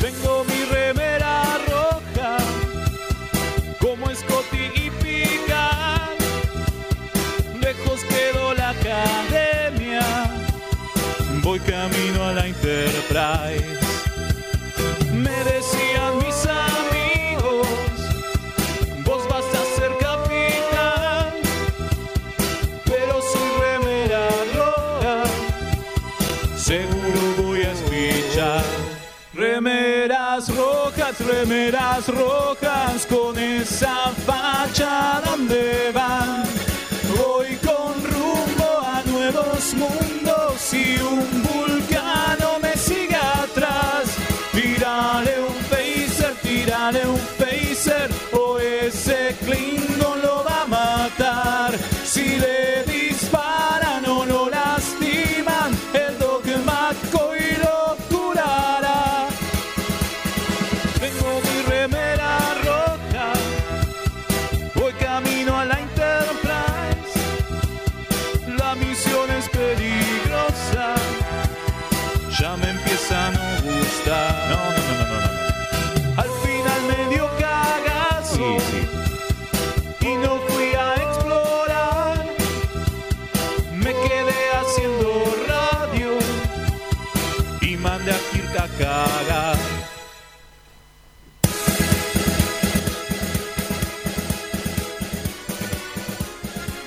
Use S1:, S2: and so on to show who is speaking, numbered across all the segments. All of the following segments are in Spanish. S1: Tengo mi remera roja, como Scotty y Pica. Lejos quedó la academia, voy camino a la Enterprise. Me decían mis amigos, vos vas a ser capitán, pero soy remera roja, seguro voy a escuchar. Remeras rojas, remeras rojas, con esa facha donde van. Voy con rumbo a nuevos mundos y un vulcano me sigue atrás. Tírale un phaser, tírale un phaser, o ese Klingon lo va a matar. Si le disparan o lo lastiman, el dogma y lo curará. Tengo mi remera roja, voy camino a la Enterprise. La misión es peligrosa, ya me empieza a no gustar. No, no, no, no, no. Al final me dio cagazo y no fui a explorar. Me quedé haciendo radio y mandé a Kirk a cagar.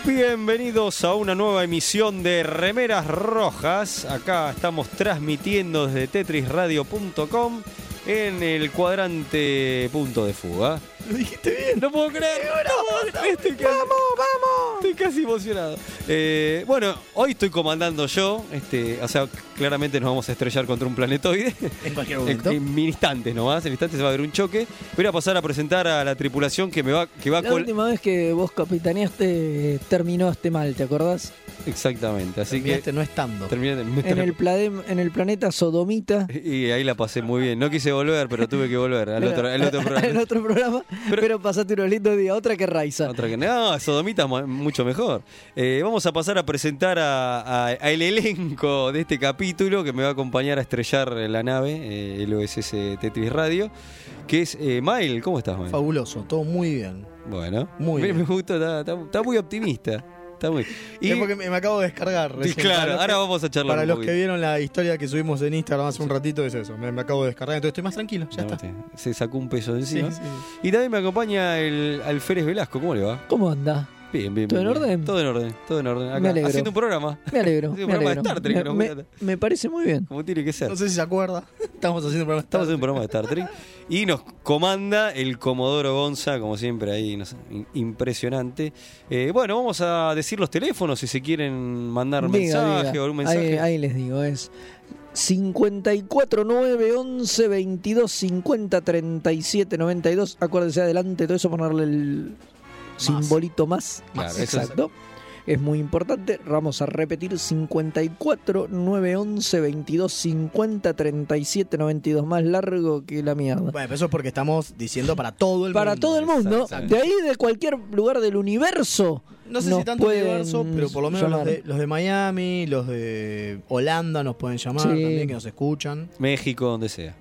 S2: Bienvenidos a una nueva emisión de Remeras Rojas. Acá estamos transmitiendo desde tetrisradio.com en el cuadrante punto de fuga.
S3: Lo dijiste bien.
S2: Eh, No puedo creer. no puedo creer, estoy casi,
S3: vamos!
S2: estoy casi emocionado. Eh, bueno, hoy estoy comandando yo. Este, o sea, claramente nos vamos a estrellar contra un planetoide.
S3: En cualquier
S2: En,
S3: momento.
S2: en instantes nomás, en instantes se va a ver un choque. Voy a pasar a presentar a la tripulación que me va, que va a
S4: La
S2: col-
S4: última vez que vos capitaneaste eh, terminaste mal, ¿te acordás?
S2: Exactamente, así que
S3: Terminaste no estando.
S2: terminé
S4: En el, pladem- en el planeta Sodomita.
S2: Y ahí la pasé muy bien. No quise volver, pero tuve que volver al otro, al otro
S4: al
S2: programa.
S4: otro programa,
S2: Pero-
S4: pero, pasaste unos lindos días. Otra que Raiza.
S2: Otra que- no, Sodomita es mu- mucho mejor. Eh, vamos a pasar a presentar a, a- a el elenco de este capítulo que me va a acompañar a estrellar la nave, eh, el OSS Tetris Radio, que es eh, Mael. ¿Cómo estás, Mael?
S3: Fabuloso, todo muy bien.
S2: Bueno,
S3: Muy
S2: me,
S3: bien.
S2: me gusta, está, está- está muy optimista. Está muy. Y,
S3: Es porque me, me acabo de descargar.
S2: y
S3: recién. Para
S2: claro,
S3: los
S2: ahora
S3: que-
S2: vamos a charlar
S3: Para
S2: un
S3: los
S2: poquito.
S3: que vieron la historia que subimos en Instagram hace un ratito, es eso. Me, me acabo de descargar, entonces estoy más tranquilo. Ya
S2: No,
S3: está.
S2: te- Se sacó un peso de
S3: Sí,
S2: encima.
S3: sí.
S2: Y también me acompaña el Alférez Velasco. ¿Cómo le va?
S4: ¿Cómo anda?
S2: Bien, bien.
S4: ¿Todo
S2: bien,
S4: en
S2: bien.
S4: orden?
S2: Todo en orden, todo en orden. Acá,
S4: Me alegro.
S2: haciendo un programa,
S4: Me alegro.
S2: Sí, un
S4: me,
S2: programa de
S4: alegro.
S2: Star Trek,
S4: Me-
S2: no
S4: me,
S2: cuenta.
S4: me parece muy bien.
S2: como tiene que ser.
S3: No sé si se acuerda. Estamos haciendo problemas.
S2: Estamos en un programa de Star Trek y nos comanda el Comodoro Gonza, como siempre ahí, no sé, in- impresionante. Eh, bueno, vamos a decir los teléfonos si se quieren mandar
S4: Diga,
S2: mensaje
S4: diga.
S2: o algún mensaje.
S4: Ahí, ahí les digo, es 54 9 11 22 50 37 92. Acuérdense adelante, todo eso ponerle el simbolito más.
S2: Claro, eso es-
S4: Exacto. Es muy importante, vamos a repetir 54 9 11 22 50 37 92 más largo que la mierda.
S3: Bueno, pero eso es porque estamos diciendo para todo el
S4: Para
S3: mundo.
S4: todo el mundo,
S2: exactamente.
S4: de ahí de cualquier lugar del universo.
S3: No sé
S4: nos
S3: si tanto el
S4: pueden
S3: universo, pero por lo menos los
S4: llamar.
S3: de, los de Miami, los de Holanda nos pueden llamar
S4: Sí.
S3: también, que nos escuchan.
S2: México, donde sea.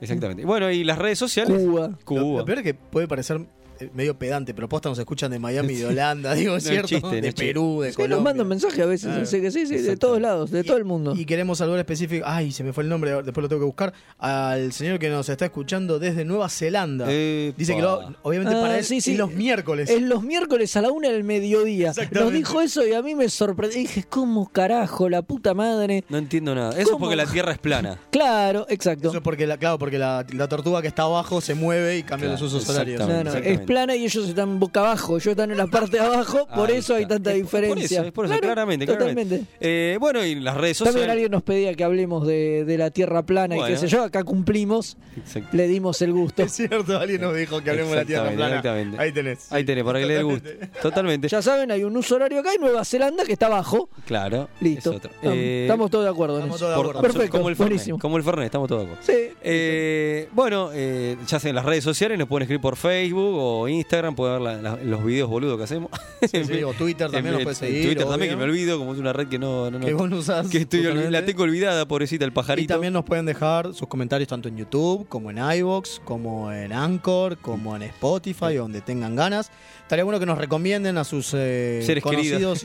S2: Exactamente. Bueno, y las redes sociales.
S4: Cuba.
S3: Lo,
S2: Cuba.
S3: lo peor es que puede parecer eh, medio pedante, pero posta nos escuchan de Miami,
S2: Sí.
S3: de Holanda, digo, es
S2: No es
S3: cierto,
S2: chiste, no
S3: de
S2: es chiste.
S3: Perú, de
S4: Sí,
S3: Colombia.
S4: nos mandan mensajes a veces,
S3: Claro.
S4: así que sí, sí, de
S2: Exactamente.
S4: todos lados, de
S3: Y-
S4: todo el mundo.
S3: Y queremos saludar específico, ay, se me fue el nombre, después lo tengo que buscar, al señor que nos está escuchando desde Nueva Zelanda.
S2: Epa.
S3: Dice que lo, obviamente
S4: Ah,
S3: para él
S4: sí, sí.
S3: es los miércoles.
S4: En los miércoles a la una del mediodía. Nos
S3: Exactamente.
S4: dijo eso y a mí me sorprendió. Dije, ¿cómo carajo? La puta madre.
S2: No entiendo nada. Eso es
S4: ¿Cómo?
S2: porque la Tierra es plana.
S4: Claro, exacto.
S3: Eso es porque, la, claro, porque la, la tortuga que está abajo se mueve y cambia
S2: Claro,
S3: los usos horarios.
S4: No, no,
S2: exactamente.
S4: es plana y ellos están boca abajo. Yo están en la parte de abajo, por
S2: Ahí
S4: eso hay
S2: está.
S4: tanta
S2: Es por-
S4: diferencia.
S2: Por eso, es por eso,
S4: Claro,
S2: claramente,
S4: Totalmente.
S2: claramente. Eh, bueno, y las redes
S4: También
S2: sociales.
S4: alguien nos pedía que hablemos de, de la tierra plana y
S2: Bueno.
S4: qué sé yo. Acá cumplimos,
S2: Exacto.
S4: le dimos el gusto.
S3: Es cierto, alguien nos dijo que hablemos de la tierra
S2: Exactamente,
S3: plana.
S2: exactamente.
S3: Ahí tenés.
S2: Ahí tenés, para que le dé el gusto. Totalmente.
S4: Ya saben, hay un uso horario acá y Nueva Zelanda que está abajo.
S2: Claro.
S4: Listo.
S2: es otro.
S4: Tam-
S2: Eh,
S4: estamos todos de acuerdo en
S3: estamos
S4: eso.
S3: todos de
S2: por-
S3: acuerdo.
S2: absolut-
S4: Perfecto,
S2: Como el Fernet,
S4: buenísimo.
S2: como el Fernet, estamos todos de acuerdo.
S4: Sí.
S2: Eh, bueno, eh, ya sea en las redes sociales, nos pueden escribir por Facebook o Instagram, pueden ver la- la- los videos boludos que hacemos.
S3: Sí, sí, o Twitter también nos
S2: En-
S3: puede
S2: en
S3: seguir.
S2: Twitter también,
S3: obvio.
S2: que me olvido, como es una red que no. no- no-
S3: Que vos no usás.
S2: que estoy olvi- la
S3: justamente.
S2: tengo olvidada, pobrecita, el
S3: Y
S2: pajarito.
S3: también nos pueden dejar sus comentarios tanto en YouTube, como en iVoox, como en Anchor, como en Spotify, o donde tengan ganas. Estaría bueno que nos recomienden a sus eh,
S2: Seres
S3: conocidos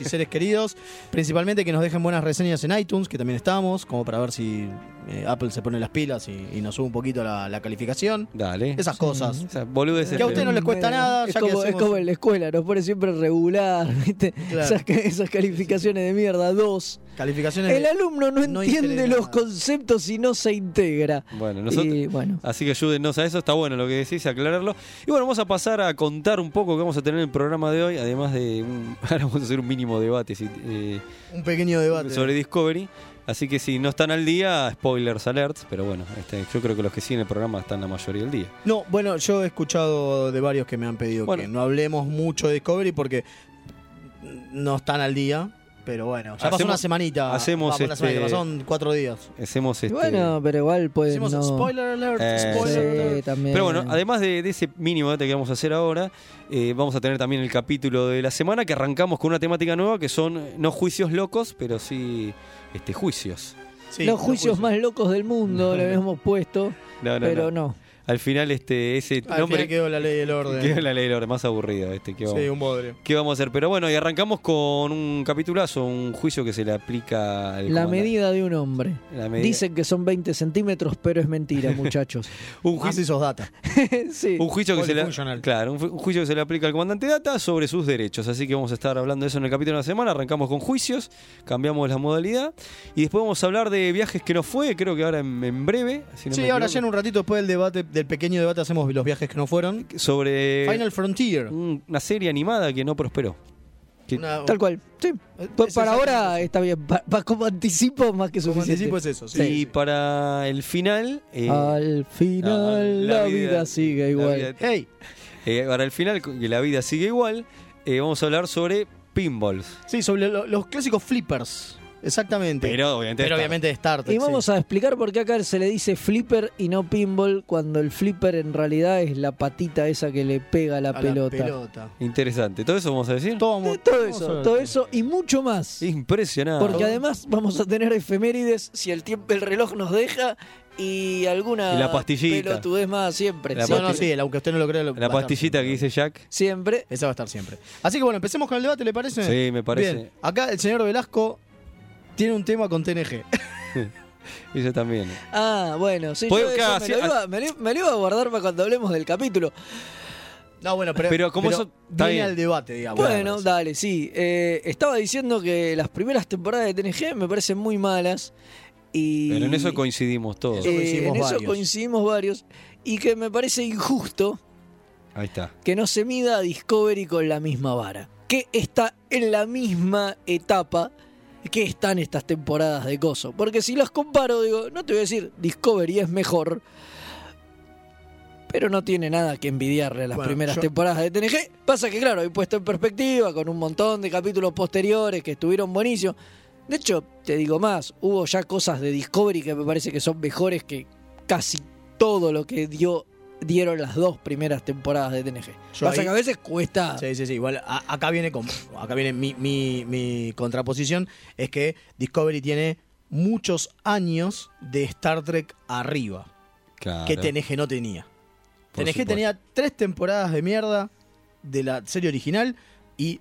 S3: y seres queridos. Principalmente que nos dejen buenas reseñas en iTunes, que también estamos, como para ver si eh, Apple se pone las pilas y, y nos sube un poquito la, la calificación.
S2: Dale.
S3: Esas cosas.
S2: Esas boludeces,
S3: Que a usted
S2: pero-
S3: no les cuesta nada,
S4: Es
S3: ya que
S4: como, es
S3: hacemos-
S4: como en la escuela, nos pone siempre regular, ¿viste?
S3: Claro.
S4: Esas, ca- esas calificaciones de mierda, dos.
S3: Calificaciones.
S4: El alumno no,
S3: No
S4: entiende
S3: interesa.
S4: los conceptos y no se integra.
S2: Bueno, nosotros.
S4: Y bueno,
S2: Así que ayúdenos a eso, está bueno lo que decís, aclararlo. Y bueno, vamos a pasar a contar un poco que vamos a tener en el programa de hoy, además de... un- ahora vamos a hacer un mínimo debate si- eh,
S3: un pequeño debate.
S2: sobre Discovery. Así que si no están al día, spoilers alerts, pero bueno, este, yo creo que los que siguen el programa están la mayoría del día.
S3: No, bueno, yo he escuchado de varios que me han pedido
S2: Bueno.
S3: que no hablemos mucho de Discovery porque no están al día. Pero bueno, ya pasó
S2: Hacemos-
S3: una semanita.
S2: hacemos
S3: Vamos, una
S2: este-
S3: semanita, pasaron cuatro días.
S2: Hacemos
S4: Y
S2: este...
S4: bueno pero igual pues
S3: Hicimos
S4: no.
S3: spoiler alert,
S2: Eh,
S3: spoiler
S4: Sí,
S3: alert.
S4: también.
S2: Pero bueno, además de, de ese mínimo debate que vamos a hacer ahora, eh, vamos a tener también el capítulo de la semana que arrancamos con una temática nueva que son eh, no juicios locos, pero sí este, juicios.
S3: Sí,
S4: los juicios más locos del mundo le habíamos puesto,
S2: No, no,
S4: pero
S2: no.
S4: no.
S2: Al final este ese
S3: Al
S2: nombre
S3: final quedó la ley del orden.
S2: Qué la ley del orden, más aburrida este. ¿Qué vamos,
S3: Sí, un bodre.
S2: qué vamos a hacer? Pero bueno, y arrancamos con un capitulazo, un juicio que se le aplica al
S4: La
S2: comandante.
S4: medida de un hombre.
S2: La medida-
S4: Dicen que son 20 centímetros, pero es mentira, muchachos.
S2: un
S3: Más
S2: juicio,
S3: esos data.
S4: sí.
S2: un juicio que se le
S3: Polifuncional.
S2: claro, un, ju- un juicio que se le aplica al comandante Data sobre sus derechos. Así que vamos a estar hablando de eso en el capítulo de la semana. Arrancamos con juicios, cambiamos la modalidad y después vamos a hablar de viajes que no fue, creo que ahora en, en breve. si no
S3: sí,
S2: me
S3: ahora ya en
S2: equivoco,
S3: un ratito después del debate, del pequeño debate, hacemos los viajes que no fueron.
S2: sobre
S3: Final Frontier.
S2: un- una serie animada que no prosperó. que-
S3: Una-
S4: Tal cual. Sí.
S3: Oh. es
S4: Pues para
S3: exactamente
S4: ahora está bien. Pa- pa- como anticipo, más que
S3: Como
S4: suficiente.
S3: anticipo es eso. Sí,
S2: y
S3: sí. Ah,
S2: para el final. eh,
S4: Al final
S2: la
S4: la,
S2: vida-
S4: vida, sigue
S2: la
S4: igual.
S2: vida-
S3: Hey,
S2: Eh, para el final, y la vida sigue igual, eh, vamos a hablar sobre pinballs.
S3: sí, sobre lo- los clásicos flippers. Exactamente.
S2: Pero obviamente.
S3: Pero
S2: está-
S3: obviamente de Star Trek.
S4: Y vamos
S3: sí.
S4: a explicar por qué acá se le dice flipper y no pinball, cuando el flipper en realidad es la patita esa que le pega a la,
S3: A
S4: pelota.
S2: Interesante. ¿Todo eso vamos a decir?
S3: Todo, vamos-
S4: De todo
S3: vamos a
S4: eso,
S3: ver.
S4: todo eso y mucho más.
S2: Impresionante.
S4: Porque además vamos a tener efemérides si el tiempo, el reloj nos deja y alguna
S2: Y la pastillita.
S4: pelotudez más siempre.
S2: La
S3: No,
S4: siempre.
S3: no, sí, el- aunque usted no lo crea. lo- va a
S2: La
S3: estar
S2: pastillita
S3: siempre.
S2: que dice Jack.
S4: Siempre.
S3: Esa va a estar siempre. Así que bueno, empecemos con el debate, ¿le parece?
S2: Sí, me parece.
S3: Bien, acá el señor Velasco tiene un tema con TNG.
S2: Dice también.
S4: Ah, bueno, sí,
S2: Puedo
S4: yo
S2: que
S4: eso
S2: hacer-
S4: me, lo iba, me lo- me lo iba a guardar para cuando hablemos del capítulo.
S3: No, bueno, pero.
S2: Pero como eso- está
S3: Viene
S2: bien.
S3: al debate, digamos.
S4: Bueno,
S3: me parece.
S4: dale, sí. Eh, estaba diciendo que las primeras temporadas de TNG me parecen muy malas. Y
S2: Pero en eso coincidimos todos.
S3: Eso
S4: eh,
S3: coincidimos
S4: en eso
S3: varios.
S4: coincidimos varios. Y que me parece injusto
S2: Ahí está.
S4: que no se mida a Discovery con la misma vara. Que está en la misma etapa que están estas temporadas de Coso. Porque si las comparo, digo, no te voy a decir Discovery es mejor. Pero no tiene nada que envidiarle a las
S3: Bueno,
S4: primeras
S3: yo-
S4: temporadas de TNG. Pasa que, claro, he puesto en perspectiva con un montón de capítulos posteriores que estuvieron buenísimos. De hecho, te digo más, hubo ya cosas de Discovery que me parece que son mejores que casi todo lo que dio dieron las dos primeras temporadas de TNG.
S3: Yo
S4: Pasa
S3: ahí-
S4: que a veces cuesta.
S3: Sí, sí, sí. Igual a- acá viene, con, acá viene mi, mi- mi contraposición: es que Discovery tiene muchos años de Star Trek arriba,
S2: Claro.
S3: que TNG no tenía.
S2: Por
S3: TNG
S2: supuesto.
S3: tenía tres temporadas de mierda de la serie original y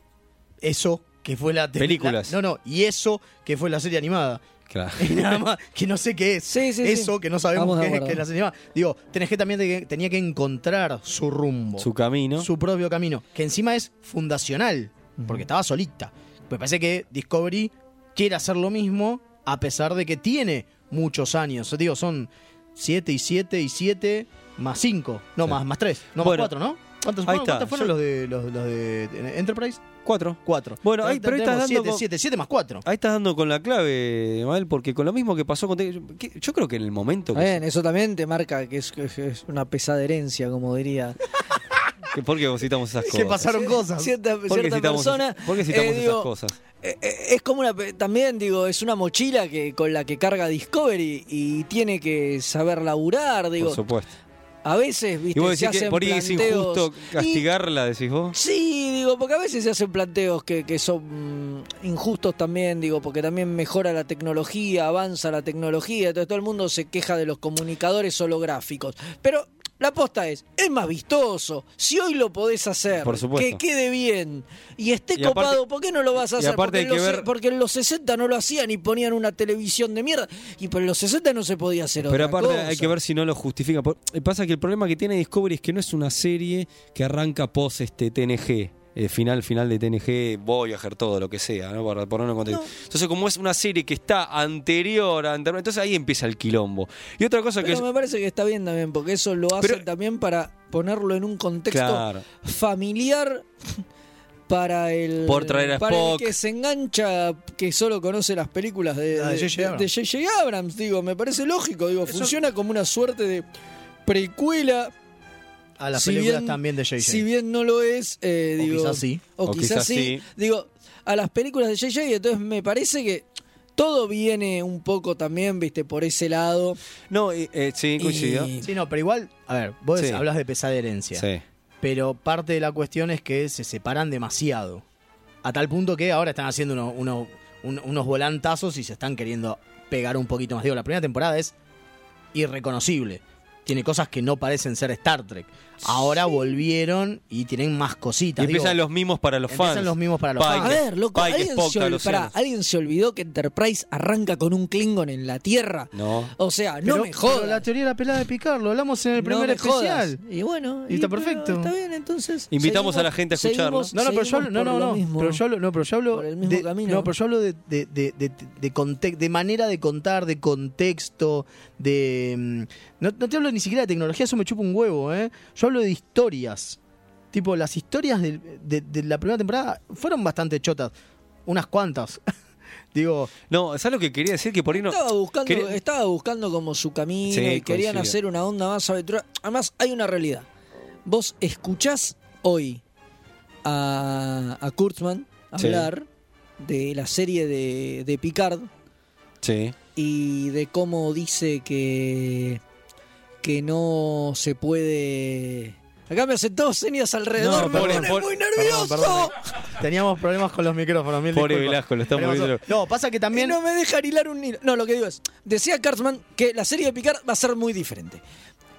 S3: eso que fue la te-
S2: Películas.
S3: la- no, no, y eso que fue la serie animada.
S2: Claro.
S3: Y nada más, que no sé qué es.
S4: Sí, sí, sí.
S3: eso que no sabemos
S4: Estamos de
S3: qué es,
S4: acuerdo.
S3: que es la serie animada. Digo, TNG también te- tenía que encontrar su rumbo,
S2: Su camino.
S3: su propio camino, que encima es fundacional, porque estaba solita. Me parece que Discovery quiere hacer lo mismo a pesar de que tiene muchos años. Digo, son 7 y 7 y 7 más 5, no
S2: Sí.
S3: más, más 3, no
S2: Bueno,
S3: más 4, ¿no? ¿Cuántos,
S2: Ahí
S3: fueron-
S2: está.
S3: cuántos fueron
S2: Yo-
S3: los de, los, los de Enterprise?
S2: Cuatro.
S3: Cuatro.
S2: Bueno, ahí- pero ahí estás dando Ah,
S3: 7,
S2: con-
S3: 7, 7 más 4.
S2: Ahí estás dando con la clave, Mael, porque con lo mismo que pasó con... Yo que- yo creo que en el momento que...
S4: Bien, eso también te marca que es, que es una pesada herencia, como diría
S2: que- ¿Por qué vos citamos esas cosas?
S3: Que pasaron cosas.
S4: cierta,
S2: ¿Por qué
S4: cierta
S2: citamos,
S4: persona.
S2: ¿por qué
S4: eh,
S2: citamos esas
S4: digo,
S2: cosas?
S4: eh, eh, Es como una. pe- También, digo, es una mochila que con la que carga Discovery y tiene que saber laburar, digo.
S2: Por supuesto.
S4: A veces,
S2: Y
S4: viste,
S2: vos
S4: se
S2: decís que
S4: hacen
S2: por ahí es
S4: planteos-
S2: injusto castigarla, decís
S4: Y-
S2: vos.
S4: Sí, digo, porque a veces se hacen planteos que, que son mm, injustos también, digo, porque también mejora la tecnología, avanza la tecnología, entonces todo el mundo se queja de los comunicadores holográficos. Pero la posta es, es más vistoso. Si hoy lo podés hacer,
S2: Por supuesto.
S4: que quede bien y esté
S2: Y
S4: copado,
S2: aparte-
S4: ¿por qué no lo vas a
S2: y
S4: hacer?
S2: aparte
S4: Porque,
S2: hay
S4: en
S2: que
S4: los-
S2: ver-
S4: porque en los 60 no lo hacían y ponían una televisión de mierda. Y pero en los 60 no se podía hacer
S2: Pero
S4: otra
S2: aparte
S4: cosa.
S2: hay que ver si no lo justifica. Por- eh, Pasa que el problema que tiene Discovery es que no es una serie que arranca post este TNG. eh, final, final de TNG, Voyager, todo lo que sea, ¿no? Para ponerlo en contexto. Entonces, como es una serie que está anterior a Enterprise, entonces ahí empieza el quilombo. Y otra cosa que
S4: Pero me parece que está bien también, porque eso lo hacen
S2: Pero-
S4: también para ponerlo en un contexto
S2: Claro.
S4: familiar para el,
S2: Por traer a
S4: para el
S2: Spock.
S4: que se engancha, que solo conoce las películas de
S3: La Ah, de
S4: de-
S3: J.J. Abrams.
S4: de J.J. Abrams, digo, me parece lógico, digo, funciona como una suerte de precuela,
S3: A las
S4: Si
S3: películas
S4: bien-
S3: también de JJ.
S4: si bien no lo es, eh,
S3: O
S4: digo,
S3: quizás sí.
S4: o quizás sí. Digo, a las películas de J.J., entonces me parece que todo viene un poco también, viste, por ese lado.
S2: No, eh, eh, sí,
S4: Y-
S2: coincido.
S3: Sí, no, pero igual, a ver, vos
S2: Sí.
S3: hablas de pesada herencia.
S2: Sí.
S3: Pero parte de la cuestión es que se separan demasiado. A tal punto que ahora están haciendo uno- uno- un- unos volantazos y se están queriendo pegar un poquito más. Digo, la primera temporada es irreconocible. Tiene cosas que no parecen ser Star Trek. Ahora volvieron y tienen más
S2: Y
S3: cositas. Digo,
S2: empiezan los mismos para los
S3: empiezan
S2: fans.
S3: los mismos para los
S2: Pike,
S3: fans.
S4: A ver, loco,
S2: Pike,
S4: ¿alguien,
S2: Spock,
S4: se ol-
S2: Carlos
S4: pará,
S2: Jones.
S4: alguien se olvidó que Enterprise arranca con un Klingon en la Tierra.
S2: No.
S4: O sea, no
S3: Pero-
S4: me jodas.
S3: pero la teoría de la pelada de Picard, lo hablamos en el
S4: No
S3: primer
S4: me jodas.
S3: especial.
S4: Y bueno,
S3: Y está
S4: pero
S3: perfecto.
S4: Está bien, entonces.
S2: Invitamos a la gente a escucharlo.
S4: seguimos-
S3: No, no, pero yo hablo,
S4: seguimos
S3: no, no,
S4: por lo
S3: no,
S4: mismo.
S3: pero yo hablo, no, pero yo hablo
S4: Por el mismo
S3: de,
S4: camino.
S3: no, pero yo hablo de, de, de, de, de conte- de manera de contar, de contexto, de mm, no, no te hablo ni siquiera de tecnología, eso me chupa un huevo, eh. Yo hablo de historias. Tipo, las historias del- de, de la primera temporada fueron bastante chotas. Unas cuantas. Digo,
S2: No, ¿sabes lo que quería decir? Que por ahí no.
S4: Estaba buscando,
S2: Quería-
S4: estaba buscando como su camino
S2: Sí,
S4: y querían
S2: coincido.
S4: hacer una onda más aventura. Además, hay una realidad. Vos escuchás hoy a, a Kurtzman
S2: Sí.
S4: hablar de la serie de, de Picard
S2: Sí.
S4: y de cómo dice que, que no se puede. Acá me hacen todos señas alrededor,
S2: No,
S4: me
S2: pobre-
S4: pone
S2: pobre- eh.
S4: muy nervioso.
S3: perdón, eh, teníamos problemas con los micrófonos, mil
S2: Pobre
S3: disculpas.
S2: Velasco, lo estamos
S3: Tenemos-
S2: viendo.
S3: No, pasa que
S4: Y
S3: también
S4: no me deja hilar un hilo. No, lo que digo es, decía Kurtzman que la serie de Picard va a ser muy diferente.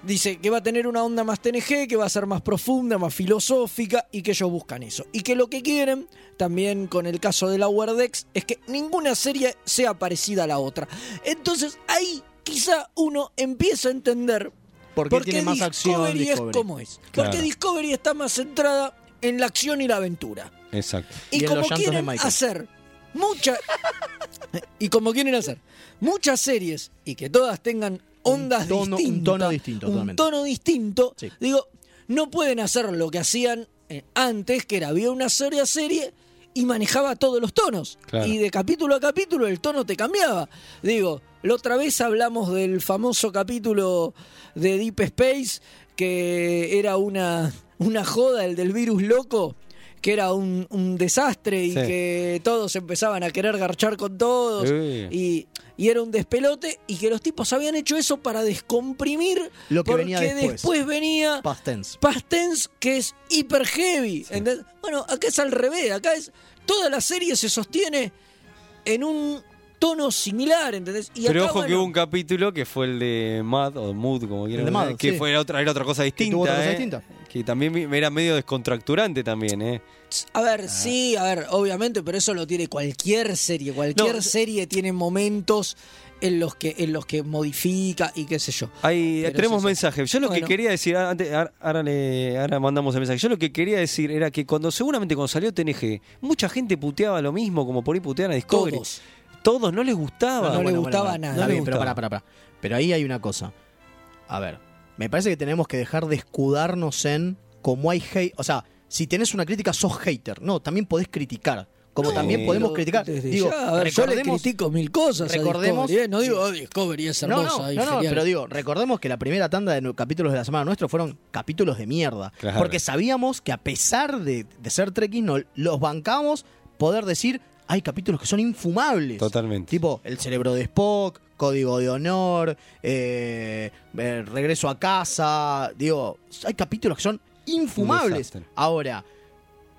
S4: Dice que va a tener una onda más TNG, que va a ser más profunda, más filosófica y que ellos buscan eso. Y que lo que quieren, también con el caso de la Wardex, es que ninguna serie sea parecida a la otra. Entonces ahí quizá uno empieza a entender
S3: porque,
S4: por qué
S3: tiene más acción
S4: Discovery es
S3: Discovery.
S4: como es.
S2: Claro.
S4: Porque Discovery está más centrada en la acción y la aventura.
S2: Exacto.
S4: Y,
S3: Y en
S4: como
S3: los llantos de
S4: quieren
S3: Michael.
S4: hacer muchas y como quieren hacer muchas series y que todas tengan ondas
S3: tono- un
S4: distintas,
S3: tono distinto,
S4: un
S3: totalmente.
S4: tono distinto,
S3: Sí.
S4: digo, no pueden hacer lo que hacían eh, antes, que era había una serie a serie y manejaba todos los tonos
S2: Claro.
S4: y de capítulo a capítulo el tono te cambiaba. Digo, la otra vez hablamos del famoso capítulo de Deep Space que era una una joda el del virus loco que era un, un desastre y
S2: Sí.
S4: que todos empezaban a querer garchar con todos
S2: Sí.
S4: y, y era un despelote y que los tipos habían hecho eso para descomprimir
S3: Lo que
S4: porque
S3: venía después.
S4: venía
S3: Past tense.
S4: past tense que es hiper heavy. ¿entendés? Bueno, acá es al revés, acá es toda la serie se sostiene en un tono similar, ¿entendés? Y
S2: Pero
S4: acá,
S2: ojo que
S4: bueno,
S2: hubo un capítulo que fue el de Mad o Mood, como quieran
S3: de
S2: llamar,
S3: Mad,
S2: que
S3: sí.
S2: fue otra, era otra cosa distinta.
S3: tuvo otra cosa
S2: eh,
S3: distinta.
S2: Que también mi- era medio descontracturante también, ¿eh?
S4: A ver, sí, a ver, obviamente, pero eso lo tiene cualquier serie. Cualquier
S2: No,
S4: serie tiene momentos en los que en los que modifica y qué sé yo.
S2: Ahí
S4: Pero
S2: tenemos
S4: sí, sí.
S2: mensajes. Yo lo
S4: Bueno.
S2: que quería decir, ah, antes, ah, ahora, le- ahora mandamos el mensaje. Yo lo que quería decir era que cuando seguramente cuando salió TNG, mucha gente puteaba lo mismo, como por ahí puteaban a Discovery.
S4: Todos.
S2: Todos, no les gustaba.
S4: No, no le gustaba nada.
S3: Está
S2: No le
S3: bien, pero
S2: gustaba.
S3: pará, pará, pará. Pero ahí hay una cosa. A ver, me parece que tenemos que dejar de escudarnos en como hay hate, o sea, si tenés una crítica sos hater, no, también podés criticar, como
S4: No,
S3: también
S2: pero
S3: podemos criticar.
S4: desde
S3: Digo,
S4: ya, a ver, yo le
S3: recordemos-
S4: critico mil cosas. Recordemos.
S3: recordemos-
S4: No digo, "Oh, Discovery es
S3: No,
S4: hermosa.
S3: no,
S4: y
S3: no, no,
S4: genial".
S3: pero digo, recordemos que la primera tanda de no- capítulos de la semana nuestro fueron capítulos de mierda.
S2: Claro.
S3: Porque sabíamos que a pesar de, de ser trekkies, no, los bancamos poder decir, hay capítulos que son infumables.
S2: Totalmente.
S3: Tipo, El cerebro de Spock, Código de Honor, eh, eh, Regreso a casa. Digo, hay capítulos que son infumables.
S2: desastre.
S3: Ahora,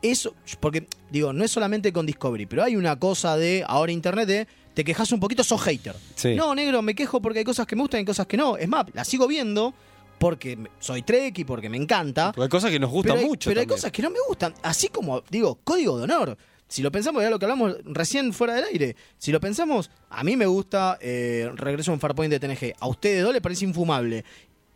S3: eso, porque, digo, no es solamente con Discovery, pero hay una cosa de, ahora internet, de, te quejas un poquito, sos hater.
S2: Sí.
S3: No, negro, me quejo porque hay cosas que me gustan y cosas que no. Es más, la sigo viendo porque me- soy trek y porque me encanta.
S2: Porque hay cosas que nos gustan
S3: ah, pero hay,
S2: mucho.
S3: pero hay
S2: también.
S3: cosas que no me gustan. Así como, digo, código de honor. Si lo pensamos, ya lo que hablamos recién fuera del aire. Si lo pensamos, a mí me gusta eh, Regreso a un Farpoint de TNG. A ustedes dos les parece infumable.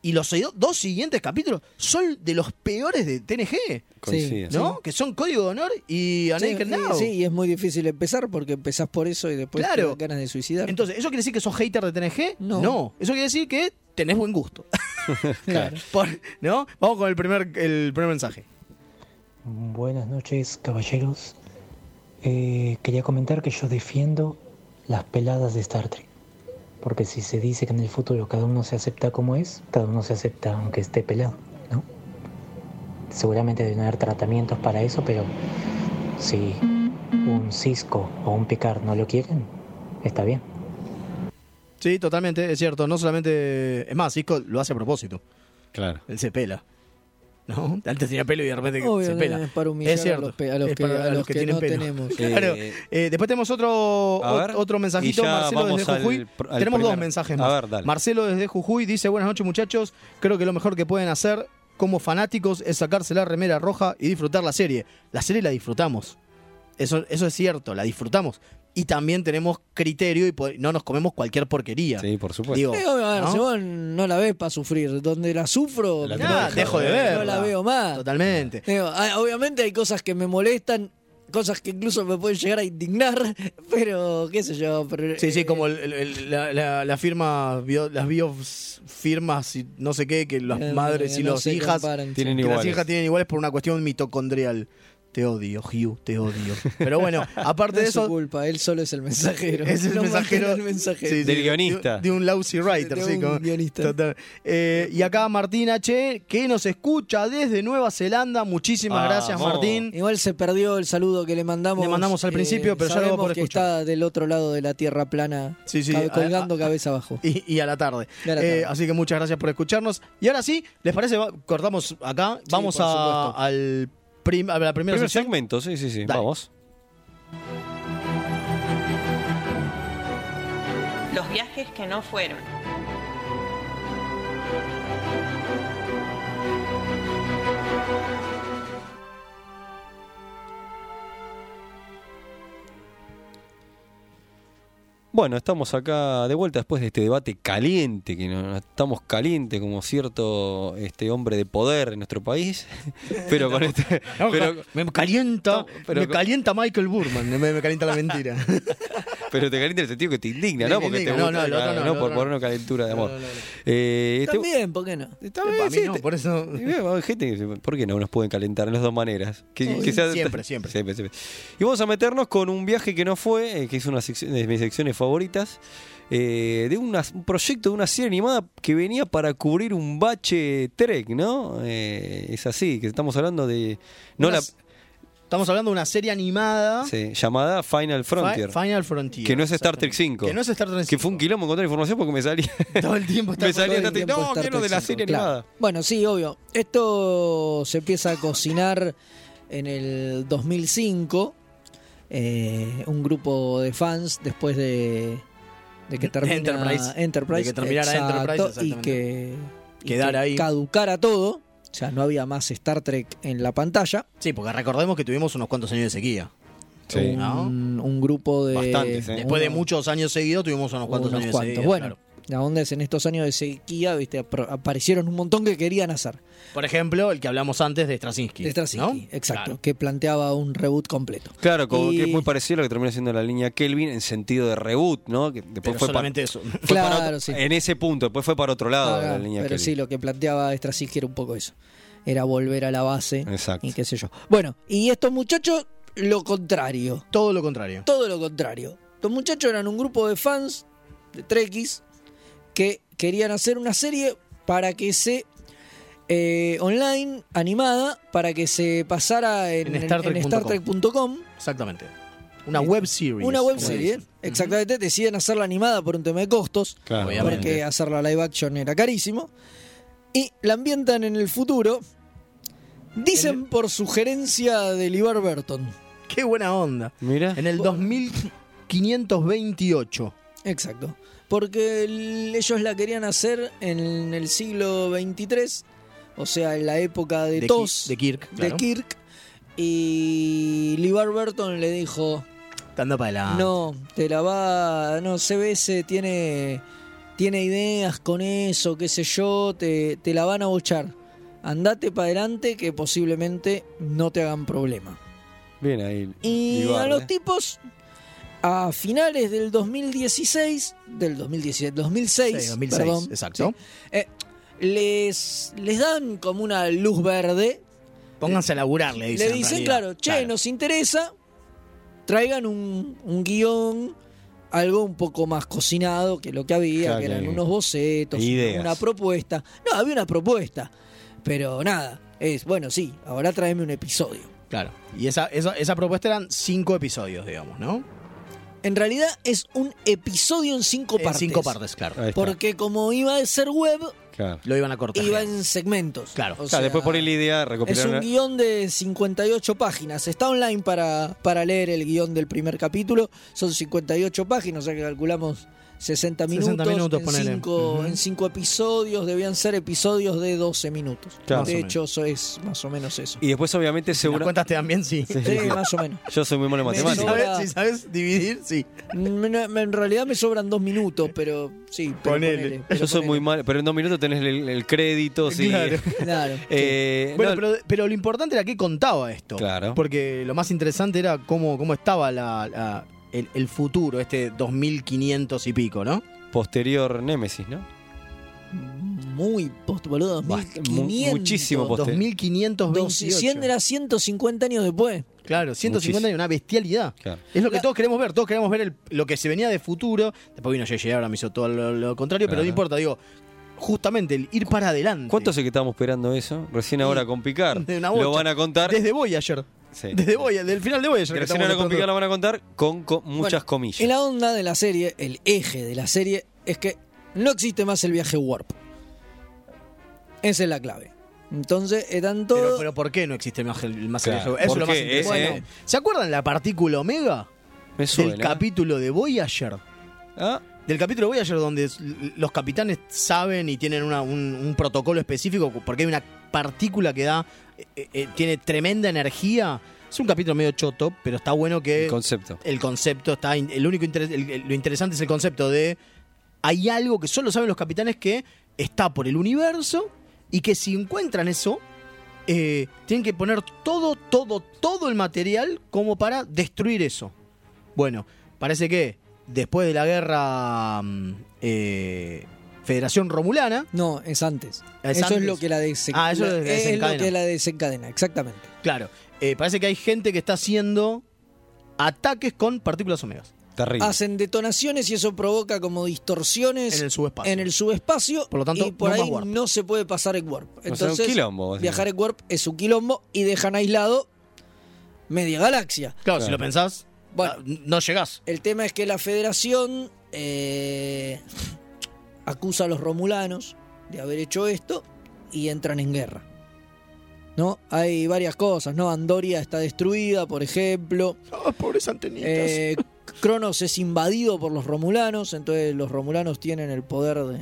S3: Y los do- dos siguientes capítulos son de los peores de TNG.
S2: Coincido.
S4: Sí.
S3: ¿No? Que son Código de Honor y A
S4: Sí,
S3: Naked
S4: y-
S3: Now.
S4: sí, y es muy difícil empezar porque empezás por eso y después
S3: Claro.
S4: te dan ganas de suicidar.
S3: Entonces, ¿eso quiere decir que sos hater de TNG?
S4: No.
S3: Eso quiere decir que tenés buen gusto.
S4: Claro.
S3: Por- ¿No? Vamos con el primer, el primer mensaje.
S5: Buenas noches, caballeros. Eh, quería comentar que yo defiendo las peladas de Star Trek. Porque si se dice que en el futuro cada uno se acepta como es, cada uno se acepta aunque esté pelado, ¿no? Seguramente deben haber tratamientos para eso, pero si un Cisco o un Picard no lo quieren, está bien.
S3: Sí, totalmente, es cierto. No solamente. Es más, Cisco lo hace a propósito.
S2: Claro.
S3: Él se pela. ¿No? Antes tenía pelo y de repente
S4: Obvio,
S3: se
S4: no,
S3: pela.
S4: es para humillar
S3: Es cierto.
S4: a los pe- a los
S3: Es
S4: que-
S3: para-
S4: a los que
S3: tienen
S4: no
S3: pelo.
S4: tenemos.
S3: Claro.
S2: Eh,
S3: Eh, después tenemos otro,
S2: a ver,
S3: ot- otro mensajito.
S2: y ya
S3: Marcelo
S2: vamos
S3: desde
S2: al
S3: Jujuy.
S2: pr- al
S3: tenemos dos
S2: primer-
S3: mensajes
S2: a
S3: más.
S2: ver, dale.
S3: Marcelo desde Jujuy dice: Buenas noches, muchachos. Creo que lo mejor que pueden hacer como fanáticos es sacarse la remera roja y disfrutar la serie. La serie la disfrutamos. Eso, eso es cierto, la disfrutamos. Y también tenemos criterio y po- no nos comemos cualquier porquería.
S2: Sí, por supuesto.
S3: Digo,
S4: Eh, obvio, a ver,
S3: ¿no?
S4: si vos no la ves para sufrir. Donde la sufro,
S2: La
S4: no,
S2: tenés
S3: Nada,
S2: que
S3: dejo de
S2: ver.
S3: ver.
S4: no la veo más.
S3: Totalmente.
S4: Digo, ah, obviamente hay cosas que me molestan, cosas que incluso me pueden llegar a indignar, pero qué sé yo. Pero,
S3: Sí, sí,
S4: eh,
S3: como el- el- el- la, la- la firma, bio- las biofirmas y no sé qué, que las
S4: eh,
S3: madres y
S4: no
S3: las
S4: se
S3: hijas,
S4: comparan,
S2: tienen
S3: que las
S2: iguales.
S3: hijas tienen iguales por una cuestión mitocondrial. Te odio, Hugh, te odio. Pero bueno, aparte
S4: No
S3: de
S4: es su
S3: eso,
S4: culpa, él solo es el mensajero.
S3: es el
S4: Lo
S3: mensajero,
S4: mantiene el mensajero.
S3: sí, sí,
S2: Del
S3: de-
S2: guionista.
S3: De, un lousy writer,
S4: De
S3: sí.
S4: un
S3: como-
S4: guionista.
S3: total. Eh, y acá Martín H., que nos escucha desde Nueva Zelanda. Muchísimas gracias,
S2: Vamos.
S3: Martín.
S4: Igual se perdió el saludo que le mandamos. Eh,
S3: Le mandamos al principio, pero ya lo va a
S4: sabemos
S3: poder
S4: que
S3: escuchar.
S4: está del otro lado de la tierra plana,
S3: Sí, sí,
S4: cabe-
S3: a-
S4: colgando
S3: a-
S4: cabeza abajo.
S3: Y, y a la tarde.
S4: Y a la tarde.
S3: Eh, así que muchas gracias por escucharnos. Y ahora sí, ¿les parece? Va- Cortamos acá. Vamos
S4: por
S3: a,
S4: supuesto.
S3: al prim- a la primera
S2: Primer
S3: sección.
S2: segmento, sí, sí, sí.
S3: Dale.
S2: Vamos.
S6: Los viajes que no fueron.
S2: Bueno, estamos acá de vuelta después de este debate caliente, que no, no estamos caliente como cierto este hombre de poder en nuestro país, pero con este,
S3: No,
S2: pero,
S3: me calienta,
S2: No, pero-
S3: me calienta Michael Burman, me, me calienta la mentira.
S2: pero te calienta el sentido que te indigna, ¿no?
S3: Me
S2: Porque te
S3: indigna, no,
S2: gusta,
S3: no, el otro
S2: claro,
S3: no, el
S2: por
S3: otro
S2: por
S3: no.
S2: una calentura de amor.
S3: No, no, no.
S2: Eh, este-
S4: También, ¿por qué no?
S2: Está
S3: Para
S2: bien,
S3: mí
S2: sí,
S3: no,
S2: te-
S3: por eso.
S2: Y veo, hay gente que dice, ¿por qué no nos pueden calentar en las dos maneras? Que- que sea-
S3: Siempre, siempre.
S2: siempre. Y vamos a meternos con un viaje que no fue, eh, que es una sección- de mis secciones favoritas, eh, de unas- un proyecto de una serie animada que venía para cubrir un bache Trek, ¿no? Eh, es así, que estamos hablando de... No
S3: Una
S2: la,
S3: s- Estamos hablando de una serie animada
S2: sí, llamada Final
S3: Fi-
S2: Frontier.
S3: Final Frontier.
S2: Que no es Star Trek
S3: exactamente.
S2: 5.
S3: Que no es Star Trek 5.
S2: que fue un quilombo encontrar información porque me salía...
S3: Todo el tiempo está
S2: me salía
S4: todo el
S2: Star Trek,
S4: tiempo
S2: No,
S4: Star
S2: quiero de
S4: Trek
S2: la
S4: cinco,
S2: serie
S4: claro.
S2: animada.
S4: Bueno, sí, obvio. Esto se empieza a cocinar en el 2005. eh, un grupo de fans después de, de que
S3: De
S4: termina
S3: Enterprise.
S4: Enterprise,
S3: De que terminara Enterprise,
S4: y que y
S3: Quedara
S4: que
S3: ahí.
S4: caducara todo. O sea, no había más Star Trek en la pantalla.
S3: Sí, porque recordemos que tuvimos unos cuantos años de sequía.
S2: Sí.
S3: ¿no?
S4: Un, un grupo de.
S2: Bastantes, ¿eh?
S3: Después de
S4: uno-
S3: muchos años seguidos tuvimos unos cuantos
S4: unos
S3: años
S4: cuantos.
S3: seguidos.
S4: Bueno,
S3: claro.
S4: la onda es en estos años de sequía, viste, apro- aparecieron un montón que querían hacer.
S3: Por ejemplo, el que hablamos antes de Straczynski.
S4: De Straczynski,
S3: ¿no?
S4: exacto,
S3: Claro.
S4: que planteaba un reboot completo.
S2: Claro, como
S4: Y-
S2: que es muy parecido a lo que terminó siendo la línea Kelvin en sentido de reboot, ¿no? Que después
S3: Pero
S2: fue pa-
S3: solamente eso.
S2: fue para
S4: Claro,
S2: otro-
S4: sí.
S2: En ese punto, después fue para otro lado
S4: Ah,
S2: la línea
S4: pero
S2: Kelvin.
S4: sí, lo que planteaba Straczynski era un poco eso. era volver a la base
S2: Exacto.
S4: y qué sé yo. Bueno, y estos muchachos, lo contrario,
S3: Todo lo contrario.
S4: todo lo contrario. Los muchachos eran un grupo de fans de Trekkies que querían hacer una serie para que se. eh, online, animada, para que se pasara en,
S3: En StarTrek.com.
S4: en StarTrek.com.
S3: Exactamente. Una web series.
S4: Una web
S3: como
S4: serie,
S3: dicen.
S4: exactamente. Deciden hacerla animada por un tema de costos,
S2: Claro.
S3: Obviamente.
S4: porque hacerla live action era carísimo. Y la ambientan en el futuro, dicen por sugerencia de Libar Burton.
S3: Qué buena onda.
S2: Mira.
S3: En el 2528.
S4: Exacto. Porque el- ellos la querían hacer en el siglo 23, o sea, en la época de,
S3: Ki-
S4: Tos,
S3: de
S4: de,
S3: Kirk. claro.
S4: Kirk. Y Libar Burton le dijo,
S3: Anda para adelante.
S4: No, te la va. No, CBS tiene, tiene ideas con eso, qué sé yo, te, te la van a bochar. Andate para adelante que posiblemente no te hagan problema.
S2: Bien ahí.
S4: Y
S2: Libar,
S4: a
S2: eh.
S4: los tipos, a finales del 2016, del 2017, 2006,
S3: Sí, 2006,
S4: perdón,
S3: exacto.
S4: sí, eh, les, les dan como una luz verde
S3: Pónganse a laburar, le dicen.
S4: le
S3: en
S4: dicen,
S3: realidad.
S4: claro, che, nos interesa, traigan un, un guión, algo un poco más cocinado que lo que había,
S2: Claro,
S4: que eran
S2: que-
S4: unos bocetos,
S2: ideas.
S4: una propuesta. No, había una propuesta, pero nada, es, bueno, sí, ahora tráeme un episodio.
S3: Claro. Y esa, esa, esa propuesta eran cinco episodios, digamos, ¿no?
S4: En realidad es un episodio en cinco
S3: En
S4: partes.
S3: Cinco partes, claro.
S2: Ahí está,
S4: Porque como iba a ser web,
S2: claro.
S3: Lo iban a cortar.
S4: iba en segmentos.
S3: Claro.
S4: O
S2: Claro, después
S4: sea,
S2: por la idea
S4: Es un
S2: recopilar
S4: guión de 58 páginas. Está online para, para leer el guión del primer capítulo. Son 58 páginas, o sea que calculamos 60 minutos.
S3: 60 minutos,
S4: en,
S3: ponele.
S4: cinco,
S3: Ujú.
S4: en cinco episodios debían ser episodios de 12 minutos.
S2: Claro.
S4: De
S3: Más o
S4: hecho, eso es más o menos eso.
S2: y después obviamente
S3: Si las
S2: seguro
S3: cuentas te dan bien, sí.
S4: Sí, más o menos.
S2: yo soy muy malo en
S4: Me
S3: Si
S2: matemáticas.
S4: sobra-
S3: sabes, si sabes dividir, sí.
S4: Me- me- En realidad me sobran dos minutos, pero sí. Pero
S3: Ponele.
S4: pero
S2: Yo soy muy
S4: ponele.
S2: malo, pero en dos minutos tenés el, el crédito, sí.
S3: Claro.
S4: Claro.
S2: Eh,
S3: Bueno,
S2: no,
S3: pero, pero lo importante era que contaba esto.
S2: Claro.
S3: Porque lo más interesante era cómo, cómo estaba la, la- el, el futuro, este 2500 y pico, ¿no?
S2: Posterior Némesis, ¿no?
S4: Muy post, boludo.
S2: Bast-
S4: 2500.
S2: muchísimo post.
S3: 2528.
S4: 200 era 150 años después.
S3: Claro, 150
S2: Muchísimo.
S3: y una bestialidad.
S2: Claro.
S3: Es lo que
S4: La-
S3: todos queremos ver, todos queremos ver el- lo que se venía de futuro. Después vino J.J. ahora me hizo todo lo, lo contrario, pero
S2: Claro.
S3: no importa, digo, justamente el ir para adelante.
S2: ¿Cuánto hace que estábamos esperando eso? Recién ahora con Picar.
S3: De una bocha.
S2: Lo van a contar.
S3: Desde Voyager.
S2: Sí.
S3: Desde Voyager, del final de Voyager. que
S2: Recién
S3: estamos
S2: ahora con Picar
S3: tratando.
S2: lo van a contar con, co- muchas
S4: Bueno,
S2: comillas.
S4: En la onda de la serie, el eje de la serie, es que no existe más el viaje warp. Esa es la clave. Entonces, eran todos.
S3: Pero, pero ¿por qué no existe más el más el-
S2: Claro,
S3: Eso es
S2: ¿por
S3: lo más
S2: qué?
S3: interesante.
S2: Ese-
S3: ¿Se acuerdan la partícula omega?
S2: Me
S3: Del
S2: suena. ¿eh?
S3: capítulo de Voyager.
S2: Ah,
S3: Del capítulo de Voyager donde s- los capitanes saben y tienen una- un, un protocolo específico porque hay una partícula que da, eh, eh, tiene tremenda energía. Es un capítulo medio choto, pero está bueno que
S2: el concepto.
S3: el concepto está in- el único interes- el- el- lo interesante es el concepto de hay algo que solo saben los capitanes que está por el universo y que si encuentran eso eh, tienen que poner todo todo todo el material como para destruir eso bueno parece que después de la guerra mm, eh, Federación Romulana
S4: No, es antes.
S3: ¿Es
S4: eso
S3: antes?
S4: es lo que la desencadena.
S3: Ah, eso es lo que
S4: es lo
S3: desencadena.
S4: que la desencadena, exactamente.
S3: claro eh, parece que hay gente que está haciendo ataques con partículas omegas
S2: Terrible.
S4: Hacen detonaciones y eso provoca como distorsiones
S3: en el subespacio
S4: en el subespacio.
S3: Por lo tanto,
S4: y por
S3: no más
S4: ahí
S3: warp.
S4: no se puede pasar en warp.
S2: O sea, un
S4: Entonces,
S2: quilombo, básicamente.
S4: viajar en warp es un quilombo y dejan aislado media galaxia.
S3: claro, si
S2: Claro.
S3: lo pensás
S4: Bueno,
S3: ah, no llegás
S4: El tema es que la federación eh, acusa a los romulanos de haber hecho esto y entran en guerra. ¿No? Hay varias cosas, ¿no? Andoria está destruida, por ejemplo.
S3: Ah, pobres antenitas.
S4: Eh, Cronos es invadido por los romulanos, entonces los romulanos tienen el poder de,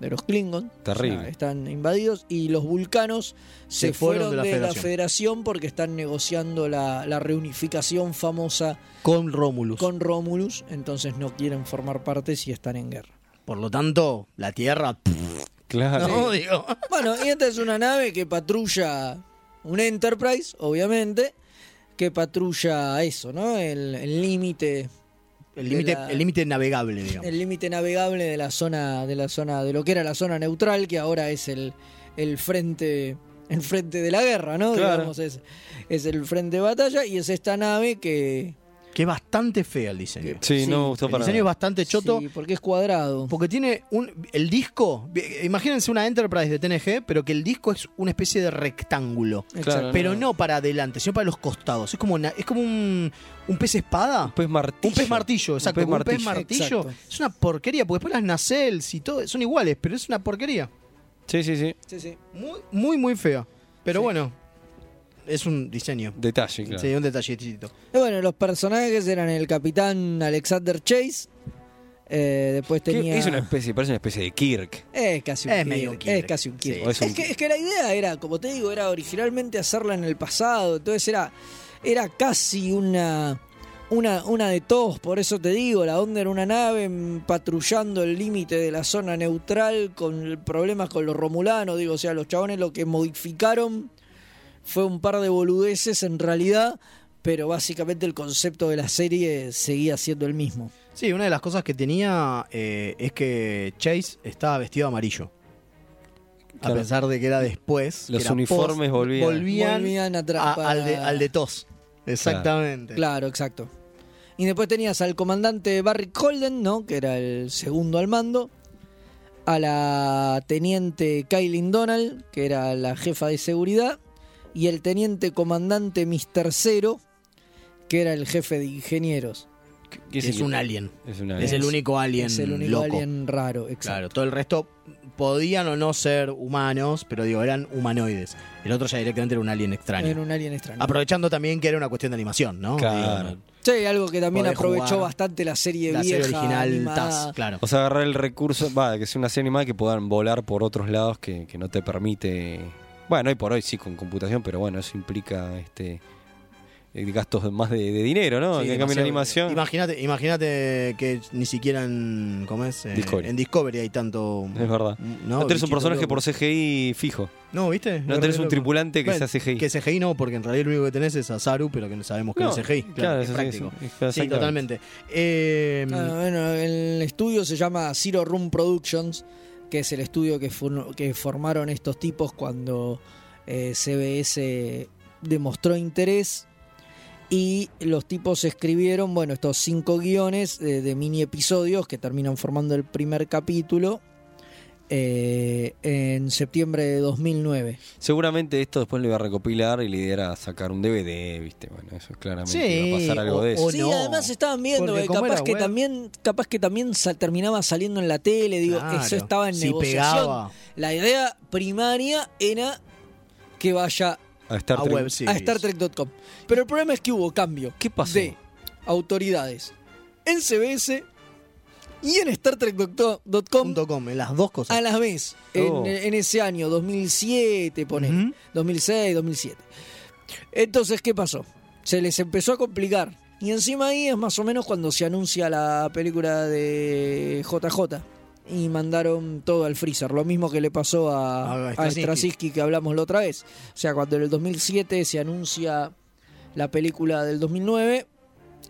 S4: de los Klingon.
S2: Terrible.
S4: O sea, están invadidos y los vulcanos se, fueron, de, la, federación. porque están negociando la, la reunificación famosa
S3: con Rómulus.
S4: con Romulus, entonces no quieren formar parte si están en guerra.
S3: Por lo tanto, la Tierra. pff,
S2: claro.
S3: no, digo.
S4: Bueno, y esta es una nave que patrulla un Enterprise, obviamente, que patrulla eso, ¿no? El el límite
S3: El límite,
S4: la-
S3: el límite navegable, digamos.
S4: el límite navegable de la zona de la zona de lo que era la zona neutral que ahora es el, el frente el frente de la guerra, ¿no?
S2: Claro.
S4: Digamos, es, es el frente de batalla y es esta nave que.
S3: Que es bastante fea el diseño.
S2: Sí,
S4: Sí,
S2: no me gustó
S3: El
S2: para
S3: diseño es
S2: nada.
S3: bastante choto.
S4: Sí, porque es cuadrado.
S3: Porque tiene un. El disco. eh, Imagínense una Enterprise de TNG, pero que el disco es una especie de rectángulo.
S2: Claro,
S3: Pero no para adelante, sino para los costados. Es como, una- es como un, un pez espada.
S2: Un pez martillo.
S3: Un pez martillo, exacto.
S2: pez
S3: Un pez
S2: martillo.
S3: martillo.
S4: Exacto.
S3: Es una porquería, porque después las nacelles y todo son iguales, pero es una porquería.
S2: Sí, sí, sí.
S4: Sí, sí.
S3: Muy, muy, muy fea. Pero
S4: Sí.
S3: bueno, es un diseño.
S2: Detalle, claro.
S3: Sí, un detallecito.
S4: Y bueno, los personajes eran el capitán Alexander Chase. eh, después
S2: Que
S4: tenía.
S2: Es una especie, parece una especie de Kirk.
S4: Es casi un
S3: Es
S4: Kirk,
S3: medio un
S4: Es
S3: Kirk.
S4: casi un Kirk.
S3: Sí.
S2: O es
S4: Es,
S2: un-
S4: que, es que la idea era, como te digo, era originalmente hacerla en el pasado. Entonces era, era casi una, una, una de todos. Por eso te digo, la onda era una nave mm, patrullando el límite de la zona neutral con el- problemas con los romulanos. Digo, o sea, los chabones lo que modificaron fue un par de boludeces en realidad. Pero básicamente el concepto de la serie seguía siendo el mismo.
S3: Sí, una de las cosas que tenía eh, es que Chase estaba vestido de amarillo.
S2: Claro.
S3: A pesar de que era después. que
S2: Los
S3: era
S2: uniformes
S3: post,
S2: volvían.
S3: volvían,
S4: Volvían atrás
S3: a-
S4: para-
S3: al, de, al de tos. Exactamente.
S4: Claro, exacto. Y después tenías al comandante Barry Colden, ¿no? Que era el segundo al mando. A la teniente Kaylin Donald, que era la jefa de seguridad. Y el teniente comandante Mr. Cero, que era el jefe de ingenieros.
S2: ¿Qué
S3: Es
S2: el-
S3: un alien.
S2: Es un alien.
S3: Es el único alien
S4: es el único
S3: loco.
S4: alien raro, exacto.
S3: Claro, todo el resto podían o no ser humanos, pero digo, eran humanoides. El otro ya directamente era un alien extraño.
S4: Era un alien extraño.
S3: Aprovechando también que era una cuestión de animación, ¿no?
S2: Claro.
S3: Digo,
S4: sí, algo que también
S3: Podés
S4: aprovechó
S3: jugar
S4: bastante la serie
S3: la
S4: vieja.
S3: serie original
S4: animada.
S3: TAS, claro.
S2: O sea, agarrar el recurso, va, que sea una serie animada que puedan volar por otros lados que, que no te permite. Bueno, hoy por hoy sí con computación, pero bueno, eso implica este eh, gastos de- más de, de dinero, ¿no?
S3: Sí,
S2: en cambio,
S3: demasiado-
S2: la animación.
S3: Imagínate, imagínate que ni siquiera en. ¿Cómo es? Eh,
S2: Discovery.
S3: En Discovery hay tanto.
S2: Es verdad.
S3: No,
S2: No, tenés un
S3: bichito
S2: personaje
S3: loco.
S2: por CGI fijo.
S3: No, ¿viste?
S2: No
S3: Es
S2: tenés
S3: re
S2: un
S3: loco.
S2: tripulante que
S3: Bueno,
S2: sea CGI.
S3: Que CGI no, porque en realidad lo único que tenés es a Saru, pero que sabemos que
S2: No,
S3: no, es CGI. Claro,
S2: claro,
S3: es
S2: eso sí,
S3: práctico.
S2: sí,
S3: Sí,
S2: exactamente.
S3: totalmente. Eh,
S4: Ah, bueno, el estudio se llama Zero Room Productions, que es el estudio que, fu- que formaron estos tipos cuando eh, CBS demostró interés. Y los tipos escribieron, bueno, estos cinco guiones eh, de mini episodios que terminan formando el primer capítulo eh, en septiembre de 2009.
S2: Seguramente esto después lo iba a recopilar y la idea era sacar un DVD, ¿viste? Bueno, eso claramente
S3: Sí,
S2: iba a pasar algo
S3: o-
S2: de eso.
S3: o-
S4: sí,
S3: Oh, no.
S4: además estaban viendo,
S3: Porque
S4: eh,
S3: como
S4: capaz
S3: era
S4: que
S3: web-
S4: también, capaz que también sa- terminaba saliendo en la tele, digo,
S3: claro,
S4: eso estaba en
S3: si
S4: negociación.
S3: pegaba
S4: La idea primaria era que vaya
S2: A Star
S3: a
S2: Trek.
S3: web series.
S4: a StarTrek.com. Pero el problema es que hubo cambio
S2: ¿Qué pasó?
S4: de autoridades en CBS y en StarTrek.com
S3: Punto com, en las dos cosas.
S4: a la vez,
S2: Oh.
S4: en, en ese año 2007, poner,
S3: Ujú.
S4: 2006, 2007. Entonces, ¿qué pasó? Se les empezó a complicar. Y encima ahí es más o menos cuando se anuncia la película de JJ. Y mandaron todo al freezer. Lo mismo que le pasó a,
S3: A
S4: a
S3: Straczynski.
S4: Straczynski, que hablamos la otra vez. O sea, cuando en el 2007 se anuncia la película del 2009,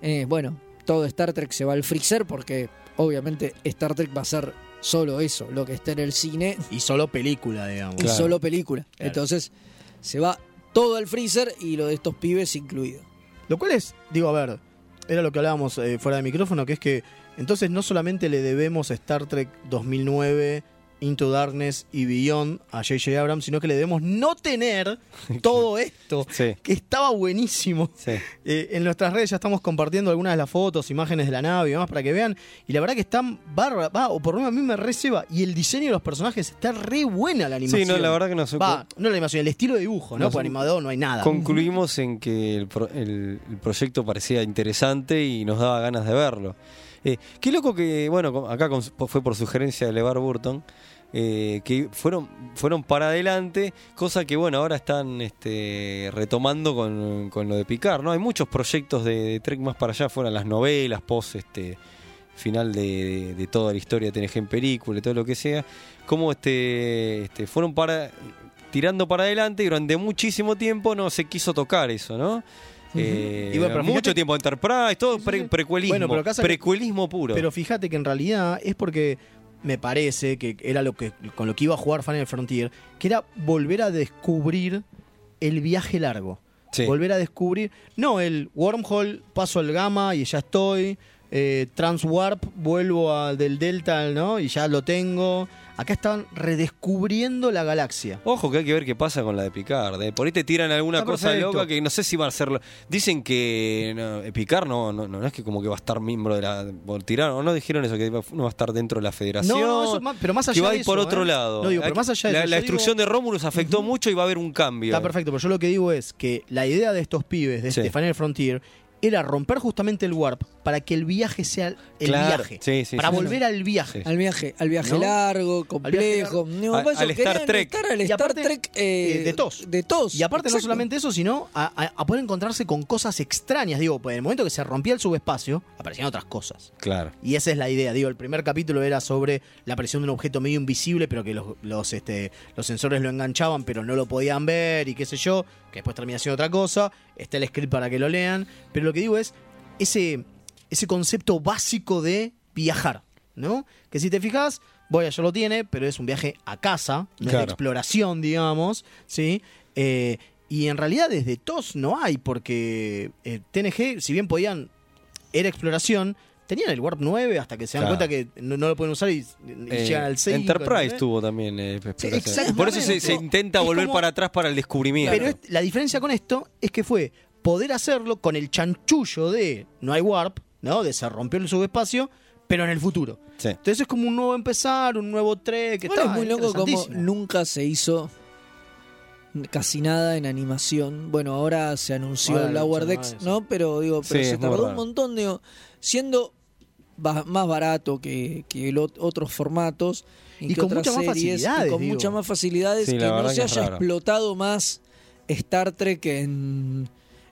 S4: eh, bueno, todo Star Trek se va al freezer porque obviamente Star Trek va a ser solo eso, lo que está en el cine
S3: Y solo película, digamos.
S4: y solo película.
S3: Claro.
S4: Entonces se va todo al freezer y lo de estos pibes incluido.
S3: Lo cual es, digo, a ver, era lo que hablábamos eh, fuera de micrófono, que es que entonces no solamente le debemos Star Trek 2009, Into Darkness y Beyond a J.J. Abrams, sino que le debemos no tener todo esto,
S2: Sí,
S3: que estaba buenísimo.
S2: sí.
S3: Eh, en nuestras redes ya estamos compartiendo algunas de las fotos, imágenes de la nave y demás para que vean. Y la verdad que están bárbaras, va, o por lo menos a mí me receba. Y el diseño de los personajes está re buena la
S2: Sí,
S3: animación.
S2: no, la verdad que nos,
S3: Va, no la animación, el estilo de dibujo, ¿no?
S2: Nos-
S3: Por animador no hay nada.
S2: Concluimos en que el, pro- el- el proyecto parecía interesante y nos daba ganas de verlo. Eh, qué loco que, bueno, con- acá con- fue por sugerencia de LeVar Burton, eh, que fueron, fueron para adelante, cosa que, bueno, ahora están este, retomando con, con lo de Picard, ¿no? Hay muchos proyectos de, de Trek más para allá, fueron las novelas, post, este final de, de- de toda la historia de TNG en película y todo lo que sea, como este, este fueron para tirando para adelante y durante muchísimo tiempo no se quiso tocar eso, ¿no? Eh,
S3: Y bueno, pero
S2: mucho
S3: fíjate-
S2: tiempo Enterprise, todo pre- precuelismo,
S3: Bueno, pero acá saca-
S2: precuelismo puro.
S3: Pero fíjate que en realidad es porque me parece que era lo que con lo que iba a jugar Final Frontier, que era volver a descubrir el viaje largo.
S2: Sí.
S3: Volver a descubrir. No, el wormhole, paso al gamma y ya estoy. eh, transwarp, vuelvo a- del delta, ¿no? Y ya lo tengo. Acá estaban redescubriendo la galaxia.
S2: Ojo que hay que ver qué pasa con la de Picard. eh. Por ahí te tiran alguna
S3: Está
S2: cosa
S3: perfecto.
S2: loca que no sé si va a ser. lo- Dicen que no, eh, Picard no, no, no, no es que como que va a estar miembro de la. o Tiraron, o no dijeron eso, que va- no va a estar dentro de la federación.
S3: No, no, eso más- pero más
S2: Que
S3: allá
S2: va a
S3: de
S2: ir por
S3: eso,
S2: otro
S3: eh.
S2: lado.
S3: No, digo, pero más allá de
S2: la,
S3: eso,
S2: la
S3: yo
S2: destrucción de Romulus afectó mucho y va a haber un cambio.
S3: Está perfecto, pero yo lo que digo es que la idea de estos pibes de
S2: Sí.
S3: este Final Frontier era romper justamente el warp para que el viaje sea el
S2: Claro,
S3: viaje.
S2: sí, sí,
S3: para
S2: sí.
S3: volver al viaje.
S2: Sí.
S4: Al viaje, al viaje
S3: ¿No?
S4: largo,
S3: viaje
S4: complejo. No,
S2: Al-
S4: vaya,
S2: al Star
S4: querían
S2: Trek.
S4: estar al
S3: Y
S4: Star
S3: aparte,
S4: Trek eh,
S3: eh, de tos.
S4: De tos.
S3: Y aparte no
S4: exacto.
S3: solamente eso, sino a, a- a poder encontrarse con cosas extrañas. Digo, pues en el momento que se rompía el subespacio, aparecían otras cosas.
S2: Claro.
S3: Y esa es la idea. Digo, el primer capítulo era sobre la aparición de un objeto medio invisible, pero que los, los, este, los sensores lo enganchaban, pero no lo podían ver y qué sé yo. Que después termina siendo otra cosa. Está el script para que lo lean. Pero lo que digo es ese, ese concepto básico de viajar, ¿no? Que si te fijas, Voy ya lo tiene, pero es un viaje a casa, no es de
S2: Claro.
S3: exploración, digamos, ¿sí? Eh, y en realidad desde TOS no hay, porque eh, TNG, si bien podían era exploración, tenían el Warp 9 hasta que se dan
S2: Claro.
S3: cuenta que no, no lo pueden usar y, y
S2: Eh,
S3: llegan al 6.
S2: Enterprise
S3: ¿entendés?
S2: tuvo también eh, exploración.
S3: exactamente.
S2: Por eso se, se intenta
S3: Es
S2: volver
S3: como-
S2: para atrás para el descubrimiento.
S3: Pero es- la diferencia con esto es que fue poder hacerlo con el chanchullo de no hay Warp, ¿no? De se rompió el subespacio, pero en el futuro.
S2: Sí.
S3: Entonces es como un nuevo empezar, un nuevo trek. que
S4: Igual
S3: está
S4: es muy loco como
S3: interesantísimo.
S4: nunca se hizo casi nada en animación. Bueno, ahora se anunció
S3: Ahora
S4: el
S3: lo
S4: Lower
S3: hicieron,
S4: Decks,
S3: ah, sí.
S4: ¿no? Pero digo, pero
S2: Sí,
S4: se
S2: es muy
S4: tardó un
S2: raro.
S4: montón, digo, siendo ba- más barato que, que el ot- otros formatos
S3: Y
S4: que
S3: con
S4: otras
S3: muchas más
S4: series, y
S3: facilidades,
S4: con
S3: digo.
S4: muchas más facilidades
S2: Sí,
S4: que
S2: la
S4: no
S2: verdad
S4: se
S2: que es
S4: haya
S2: raro.
S4: explotado más Star Trek en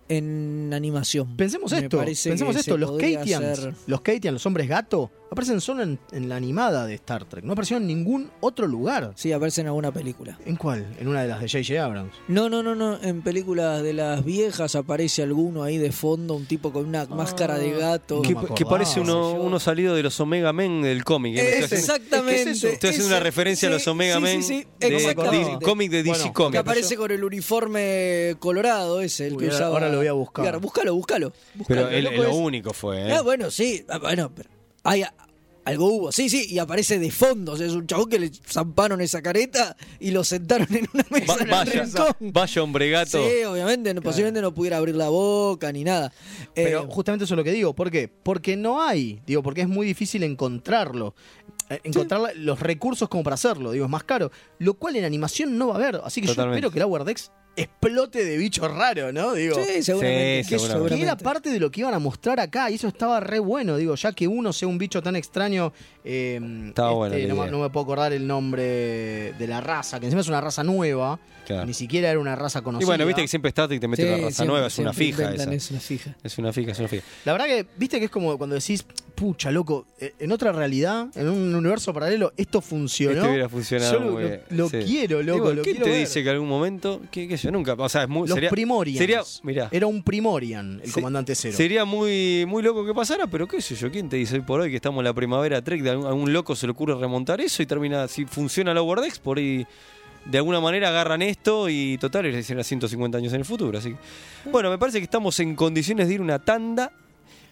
S4: en animación.
S3: Pensemos
S4: Me
S3: esto,
S4: parece
S3: pensemos
S4: que
S3: esto,
S4: se
S3: los
S4: podría
S3: Katians,
S4: hacer-
S3: los Katians, los hombres gato, aparecen solo en, en la animada de Star Trek, no aparecieron en ningún otro lugar.
S4: Sí, aparece en alguna película.
S3: ¿En cuál? En una de las de J.J. Abrams.
S4: No, no, no, no. En películas de las viejas aparece alguno ahí de fondo, un tipo con una máscara de gato.
S2: que,
S3: No me
S2: que
S3: acordaba,
S2: parece uno,
S4: qué sé yo.
S2: uno salido de los Omega Men del cómic. eh. Me
S4: Es
S2: estoy haciendo-
S4: exactamente.
S2: es que es eso. Estoy haciendo una
S4: Ese-
S2: referencia a los
S4: sí,
S2: Omega
S4: sí,
S2: Men
S4: sí, sí,
S2: de-
S4: exactamente.
S2: de- cómic de DC
S3: Bueno,
S4: que
S2: Comics.
S4: aparece con el uniforme colorado ese, el
S3: Uy,
S4: que
S3: ahora-
S4: usaba.
S3: ahora lo voy a buscar.
S4: Claro, búscalo, búscalo. búscalo.
S2: Pero el-
S4: Loco
S2: lo
S4: es-
S2: único fue. eh.
S4: Ah, bueno, sí. ah, Bueno, pero hay a- algo hubo. Sí, sí, y aparece de fondo. o sea, es un chabón que le zamparon esa careta y lo sentaron en una mesa.
S2: Va-
S4: en un
S2: vaya,
S4: rincón.
S2: vaya hombre gato.
S4: Sí, obviamente, no- posiblemente no pudiera abrir la boca ni nada.
S3: Pero
S4: Eh,
S3: justamente eso es lo que digo, ¿por qué? Porque no hay, digo, porque es muy difícil encontrarlo, eh, encontrar la- los recursos como para hacerlo, digo, es más caro, lo cual en animación no va a haber, así que
S2: Totalmente.
S3: yo espero que la Wardex explote de bicho raro, ¿no? Digo,
S4: Sí, seguramente.
S2: Sí, seguramente.
S4: que
S3: Que era
S4: seguramente.
S3: parte de lo que iban a mostrar acá, y eso estaba re bueno, digo, ya que uno sea un bicho tan extraño, eh,
S2: Estaba buena la
S3: no, me-
S2: idea.
S3: no me puedo acordar el nombre de la raza, que encima es una raza nueva,
S2: Claro.
S3: ni siquiera era una raza
S2: Y
S3: conocida.
S2: bueno, viste que siempre está y te mete
S4: Sí,
S2: una raza
S4: siempre-
S2: nueva, es una
S4: siempre
S2: fija
S4: inventan,
S2: esa.
S4: Es una fija.
S2: Es una fija, es una fija.
S3: La verdad que, viste que es como cuando decís, pucha, loco, eh, en otra realidad, en un universo paralelo, esto funcionó.
S2: Este hubiera funcionado
S3: Yo lo,
S2: muy
S3: lo-
S2: bien,
S3: lo
S2: sí.
S3: quiero, loco,
S2: Digo,
S3: lo
S2: ¿Quién
S3: quiero
S2: te
S3: ver.
S2: dice que algún momento, que, yo nunca, o sea, es muy,
S3: Los
S2: sería,
S3: Primorians.
S2: sería, mirá,
S3: Era un Primorian, el
S2: Se-
S3: comandante cero.
S2: sería muy, muy loco que pasara, pero qué sé yo, ¿quién te dice hoy por hoy que estamos en la primavera Trek, de algún, a algún loco se le ocurre remontar eso y termina, si funciona la Overdex, por ahí de alguna manera agarran esto y total, les será 150 años en el futuro. Así que, bueno, me parece que estamos en condiciones de ir una tanda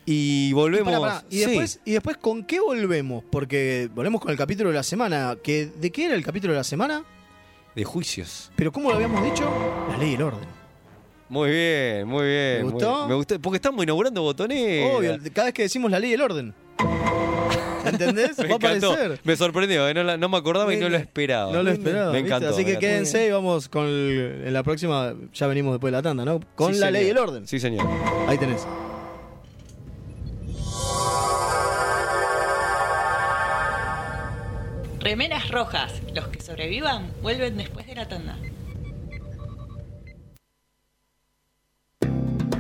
S2: y
S3: Y
S2: volvemos.
S3: pará, pará, y
S2: Sí.
S3: después, ¿Y después con qué volvemos? Porque volvemos con el capítulo de la semana. Que, ¿De qué era el capítulo de la semana?
S2: de juicios.
S3: Pero ¿cómo lo habíamos dicho? La ley y el orden.
S2: Muy bien, muy bien.
S3: ¿Te
S2: muy
S3: gustó?
S2: bien. Me gustó, porque estamos inaugurando botones.
S3: Obvio, cada vez que decimos la ley y el orden. ¿Entendés?
S2: Me
S3: Va a
S2: encantó.
S3: aparecer.
S2: Me sorprendió, eh, no, la- no me acordaba y no lo esperaba.
S3: No lo esperaba.
S2: Me
S3: ¿viste?
S2: encantó.
S3: Así que
S2: me encantó.
S3: quédense y vamos con el- en la próxima. Ya venimos después de la tanda, ¿no? Con
S2: Sí,
S3: la ley y el
S2: señor.
S3: orden.
S2: Sí, señor.
S3: Ahí tenés.
S6: Remeras rojas. Los que sobrevivan vuelven después de la tanda.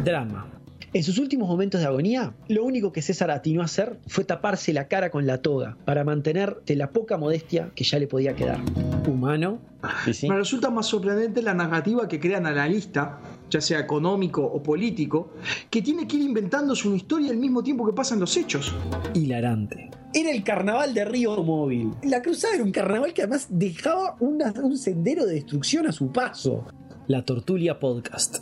S7: Drama. En sus últimos momentos de agonía, lo único que César atinó a hacer fue taparse la cara con la toga para mantener de la poca modestia que ya le podía quedar. Humano.
S8: Me resulta más sorprendente la narrativa que crean a la lista ya sea económico o político, que tiene que ir inventándose una historia al mismo tiempo que pasan los hechos.
S3: hilarante.
S9: Era el carnaval de Río Móvil.
S3: La cruzada era un carnaval que además dejaba una- un sendero de destrucción a su paso. La Tortulia Podcast.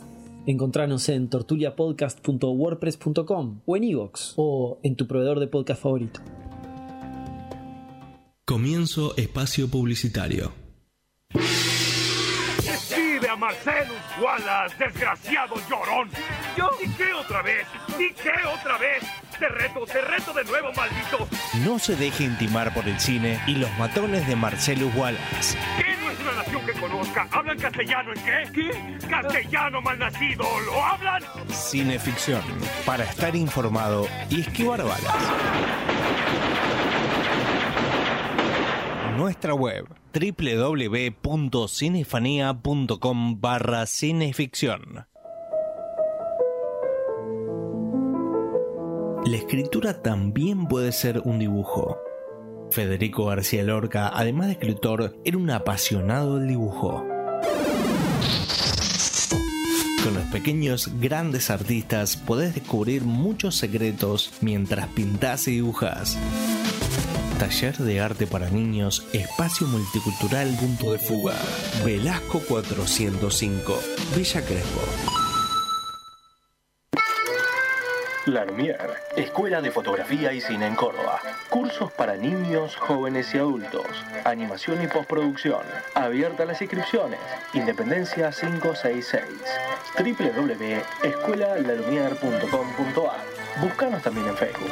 S3: Encontranos en tortuliapodcast.wordpress.com o en iVoox o en tu proveedor de podcast favorito.
S10: Comienzo espacio publicitario.
S11: Vive a Marcelus Wallace, desgraciado llorón. Yo ¿Y qué otra vez? ¿Y qué otra vez? Te reto, te reto de nuevo, maldito.
S1: No se deje intimar por el cine y los matones de Marcelus Wallace.
S11: ¿Qué no es una nación que conozca? ¿Hablan castellano en qué? ¿Qué? Castellano malnacido, ¿lo hablan?
S1: Cineficción, para estar informado y esquivar balas. Nuestra web www.cinefanía.com barra cineficción. La escritura también puede ser un dibujo. Federico García Lorca, además de escritor, era un apasionado del dibujo. Con los pequeños grandes artistas podés descubrir muchos secretos mientras pintás y dibujas. Taller de arte para niños, espacio multicultural, punto de fuga. Velasco 405, Villa Crespo.
S12: Larmier, Escuela de Fotografía y Cine en Córdoba. Cursos para niños, jóvenes y adultos. Animación y postproducción. Abierta las inscripciones. Independencia 566. www.escuelalarmier.com.ar. Búscanos también en Facebook.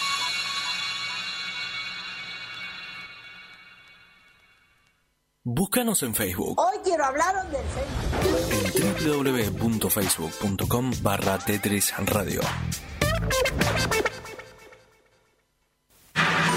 S10: Búscanos en Facebook
S13: Hoy quiero hablar del centro.
S10: en www.facebook.com barra Tetris Radio.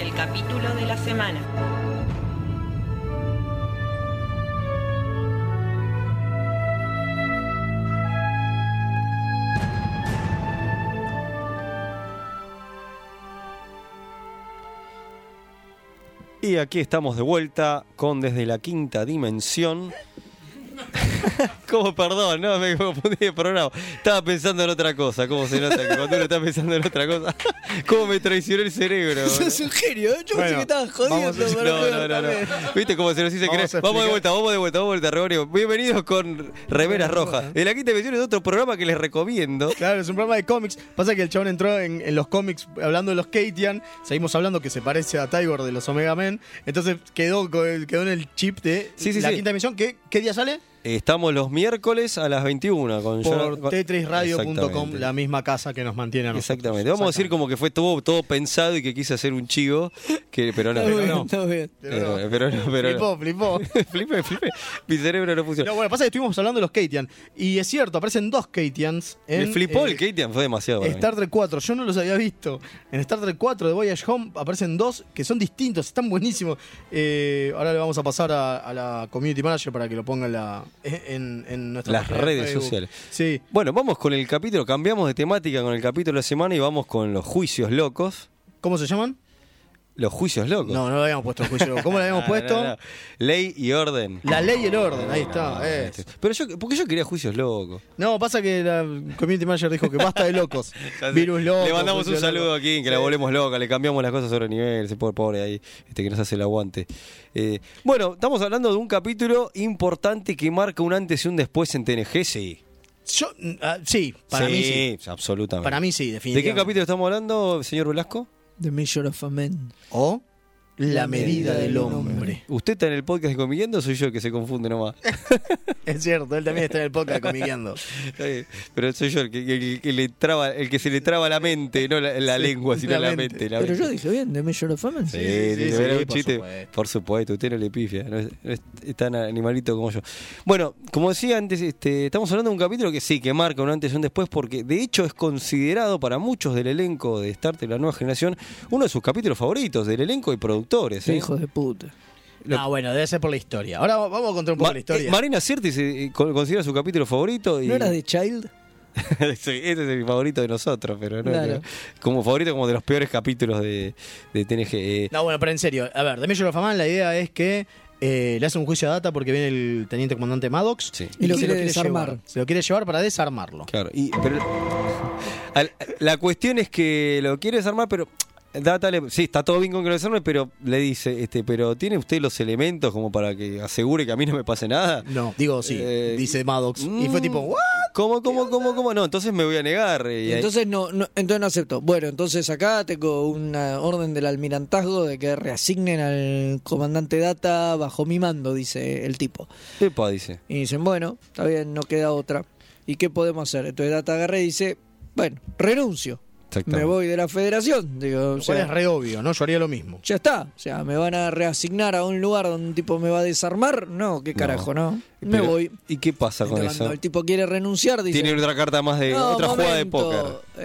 S6: El capítulo de la semana.
S2: Y aquí estamos de vuelta con Desde la Quinta Dimensión. Como perdón, no me confundí de programa. Estaba pensando en otra cosa. ¿Cómo se nota que cuando uno está pensando en otra cosa? ¿Cómo me traicionó el cerebro? boludo?
S4: Sos un genio, ¿eh? yo pensé
S2: Bueno,
S4: que estabas jodiendo.
S2: vamos a-
S4: boludo,
S2: no, no, no,
S4: también.
S2: no. ¿Viste cómo se nos dice
S4: Vamos
S2: creer?
S4: a
S2: Vamos de
S4: explicar.
S2: vuelta, vamos de vuelta, vamos de vuelta, Gregorio. Bienvenidos con Remeras Rojas. De la quinta dimensión es otro programa que les recomiendo.
S3: Claro, es un programa de cómics. Pasa que el chabón entró en, en los cómics hablando de los Katian. Seguimos hablando que se parece a Tiger de los Omega Men. Entonces quedó, co- quedó en el chip de
S2: Sí, sí,
S3: la
S2: sí.
S3: quinta emisión. ¿Qué, ¿Qué día sale?
S2: Estamos los miércoles a las 21 con Jonathan-
S3: Por
S2: con-
S3: tetrisradio.com,
S2: Exactamente.
S3: la misma casa que nos mantiene a nosotros.
S2: Exactamente. Vamos a decir como que fue todo, todo pensado y que quise hacer un chivo, que, pero no.
S3: Está
S2: Pero
S3: bien,
S2: no, Eh,
S3: está bien.
S2: pero no. Pero no, pero no.
S3: Flipó, flipó.
S2: flipé, flipé. Mi cerebro no funciona.
S3: No, bueno, pasa que estuvimos hablando de los Katian. Y es cierto, aparecen dos Katians.
S2: Me
S3: en,
S2: flipó
S3: eh,
S2: el Katian, fue demasiado. para mí.
S3: Star Trek 4, yo no los había visto. En Star Trek 4 de Voyage Home aparecen dos que son distintos, están buenísimos. Eh, ahora le vamos a pasar a, a la community manager para que lo ponga en, la, en, en nuestra
S2: Las
S3: página de
S2: redes
S3: Facebook.
S2: sociales.
S3: Sí.
S2: Bueno, vamos con el capítulo, cambiamos de temática con el capítulo de la semana y vamos con los juicios locos.
S3: ¿Cómo se llaman?
S2: Los juicios locos.
S3: No, no lo habíamos puesto juicio loco. ¿Cómo lo habíamos
S2: Ah, No,
S3: puesto?
S2: no, no. Ley y orden.
S3: La ley y el orden, ahí está. eh.
S2: Pero yo, porque yo quería juicios locos.
S3: No, pasa que la community manager dijo que basta de locos.
S2: Ya sé.
S3: Virus loco.
S2: Le mandamos un
S3: juicio
S2: saludo
S3: loco.
S2: a Kim, que la volvemos loca, le cambiamos las cosas sobre nivel, ese pobre, pobre ahí, este que nos hace el aguante. Eh, bueno, estamos hablando de un capítulo importante que marca un antes y un después en TNG, sí.
S3: Yo, mm, ah, sí, para mí sí.
S2: absolutamente.
S3: Para mí sí,
S2: ¿De qué
S3: definitivamente.
S2: capítulo estamos hablando, señor Velasco?
S4: The Measure of a Man.
S3: O La medida del hombre.
S2: ¿Usted está en el podcast de Comiqueando o soy yo el que se confunde nomás?
S3: Es cierto, él también está en el podcast comigueando.
S2: Está bien, Pero soy yo el que, el que le traba, el que se le traba la mente, no la, la lengua, sino la, mente. la
S4: Pero
S2: mente.
S4: yo dije bien, The Measure of a Man.
S2: Sí, sí, era un chiste. Por supuesto, usted no le pifia, no es, no es- es tan animalito como yo. Bueno, como decía antes, este, estamos hablando de un capítulo que sí, que marca un antes y un después, porque de hecho es considerado para muchos del elenco de Star Trek La Nueva Generación uno de sus capítulos favoritos, del elenco y productores. ¿eh?
S4: Hijos de puta.
S3: No, bueno, debe ser por la historia. Ahora vamos a contar un poco
S2: Ma-
S3: la historia.
S2: eh, Marina Sirtis eh, co- considera su capítulo favorito. Y...
S4: ¿No era de Child?
S2: Sí, ese es el favorito de nosotros, pero no,
S3: Claro.
S2: no. como favorito como de los peores capítulos de, de TNG. eh,
S3: No, bueno, pero en serio. A ver, de Measure of a Man la idea es que eh, le hace un juicio a Data porque viene el teniente comandante Maddox
S4: Y lo
S3: se
S4: quiere desarmar.
S3: llevar. Se lo quiere llevar para desarmarlo.
S2: Claro, y, pero al- la cuestión es que lo quiere desarmar, pero Data le, sí, está todo bien con que lo desarme, pero le dice, este, pero ¿tiene usted los elementos como para que asegure que a mí no me pase nada?
S3: No, digo sí,
S2: Eh,
S3: dice Maddox. y
S2: mm.
S3: fue tipo, ¿what?
S2: ¿Cómo, cómo, cómo, cómo? No, entonces me voy a negar. eh, y
S4: Y
S2: ahí-
S4: entonces no, no- entonces no acepto. Bueno, entonces acá tengo una orden del almirantazgo de que reasignen al comandante Data bajo mi mando, dice el tipo.
S2: Epa, dice.
S4: Y dicen, bueno, está bien, no queda otra. ¿Y qué podemos hacer? Entonces Data agarra y dice, bueno, renuncio.
S2: Exactamente.
S4: Me voy de la federación. Digo, o
S3: Lo cual
S4: sea,
S3: es re obvio, ¿no? Yo haría lo mismo.
S4: ya está. O sea, me van a reasignar a un lugar donde un tipo me va a desarmar. No, qué
S2: No.
S4: carajo, ¿no? Me
S2: Pero,
S4: voy.
S2: ¿Y qué pasa con
S4: Cuando
S2: eso?
S4: el tipo quiere renunciar, dice...
S2: Tiene otra carta más de.
S4: "No,
S2: otra jugada de
S4: momento,
S2: póker.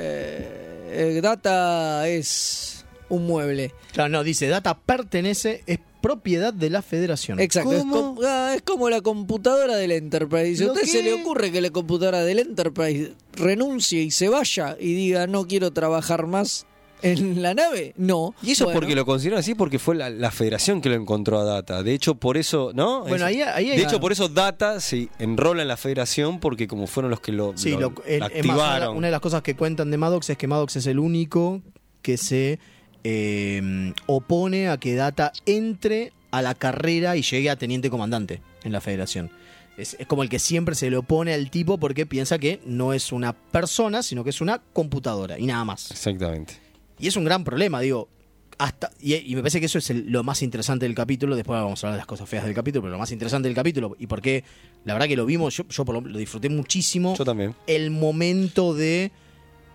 S4: eh, eh, data es un mueble.
S3: Claro, no, dice, Data pertenece, es propiedad de la federación.
S4: Exacto, es, com- ah, es como la computadora del Enterprise. ¿A
S3: ¿Lo
S4: usted
S3: qué?
S4: se le ocurre que la computadora del Enterprise renuncie y se vaya y diga no quiero trabajar más en la nave? No.
S2: Y eso
S4: Bueno,
S2: porque lo consideran así porque fue la, la federación que lo encontró a Data. De hecho, por eso, ¿no?
S3: Bueno,
S2: Es-
S3: ahí- ahí hay-
S2: de hecho,
S3: claro.
S2: por eso Data se enrola en la federación porque como fueron los que lo,
S3: Sí,
S2: lo-
S3: lo, el-
S2: lo
S3: es más, una de la-
S2: activaron.
S3: una de las cosas que cuentan de Maddox es que Maddox es el único que se eh, opone a que Data entre a la carrera y llegue a teniente comandante en la federación. Es, es como el que siempre se le opone al tipo porque piensa que no es una persona, sino que es una computadora y nada más.
S2: Exactamente.
S3: Y es un gran problema, digo. Hasta, y, y me parece que eso es el- lo más interesante del capítulo. Después vamos a hablar de las cosas feas del capítulo, pero lo más interesante del capítulo y por qué, la verdad que lo vimos, yo, yo por lo, lo disfruté muchísimo.
S2: Yo también.
S3: El momento de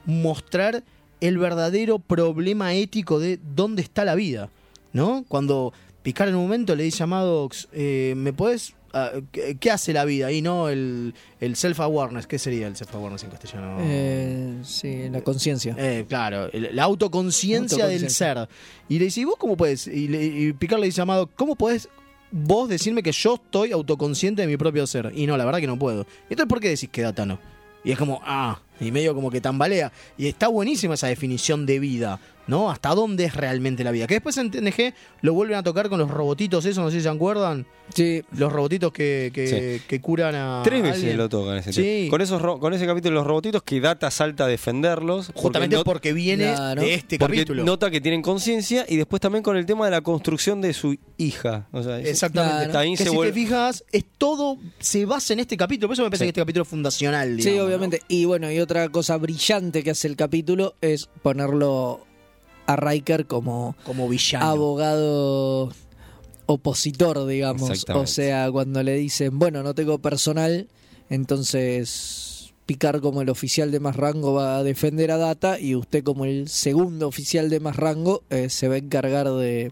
S3: mostrar el verdadero problema ético de dónde está la vida, ¿no? Cuando Picard en un momento le dice a Maddox, eh, ¿me podés...? ah, ¿Qué qué hace la vida? Y no el, el self-awareness. ¿Qué sería el self-awareness en castellano?
S4: eh, sí, la conciencia.
S3: Eh, claro, el- la autoconciencia del ser. Y le dice, ¿y vos cómo puedes? Y, le, y Picard le dice a Amado, ¿cómo podés vos decirme que yo estoy autoconsciente de mi propio ser? Y no, la verdad que no puedo. Y entonces, ¿por qué decís que Data no? Y es como, ah, y medio como que tambalea. Y está buenísima esa definición de vida, ¿no? Hasta dónde es realmente la vida. Que después en TNG lo vuelven a tocar con los robotitos, eso, no sé si se acuerdan.
S4: Sí.
S3: Los robotitos que, que- que curan a.
S2: Tres veces
S3: Ah, alguien.
S2: lo tocan ese
S3: Sí.
S2: tema. Con, esos ro- con ese capítulo de los robotitos que Data salta a defenderlos.
S3: Justamente
S2: not-
S3: porque viene
S4: Claro.
S3: de este
S2: porque
S3: capítulo.
S2: nota que tienen conciencia y después también con el tema de la construcción de su hija. O sea,
S3: Exactamente.
S2: También
S3: que
S2: se
S3: si
S2: vuelve-
S3: te fijas, es todo se basa en este capítulo. Por eso me parece
S4: Sí.
S3: que este capítulo es fundacional.
S4: Sí,
S3: digamos, ¿no?
S4: obviamente. Y bueno, y otra cosa brillante que hace el capítulo es ponerlo a Riker como
S3: Como villano.
S4: abogado opositor, digamos.
S3: Exactamente.
S4: O sea, cuando le dicen, bueno, no tengo personal, entonces Picar como el oficial de más rango va a defender a Data y usted como el segundo oficial de más rango eh, se va a encargar de,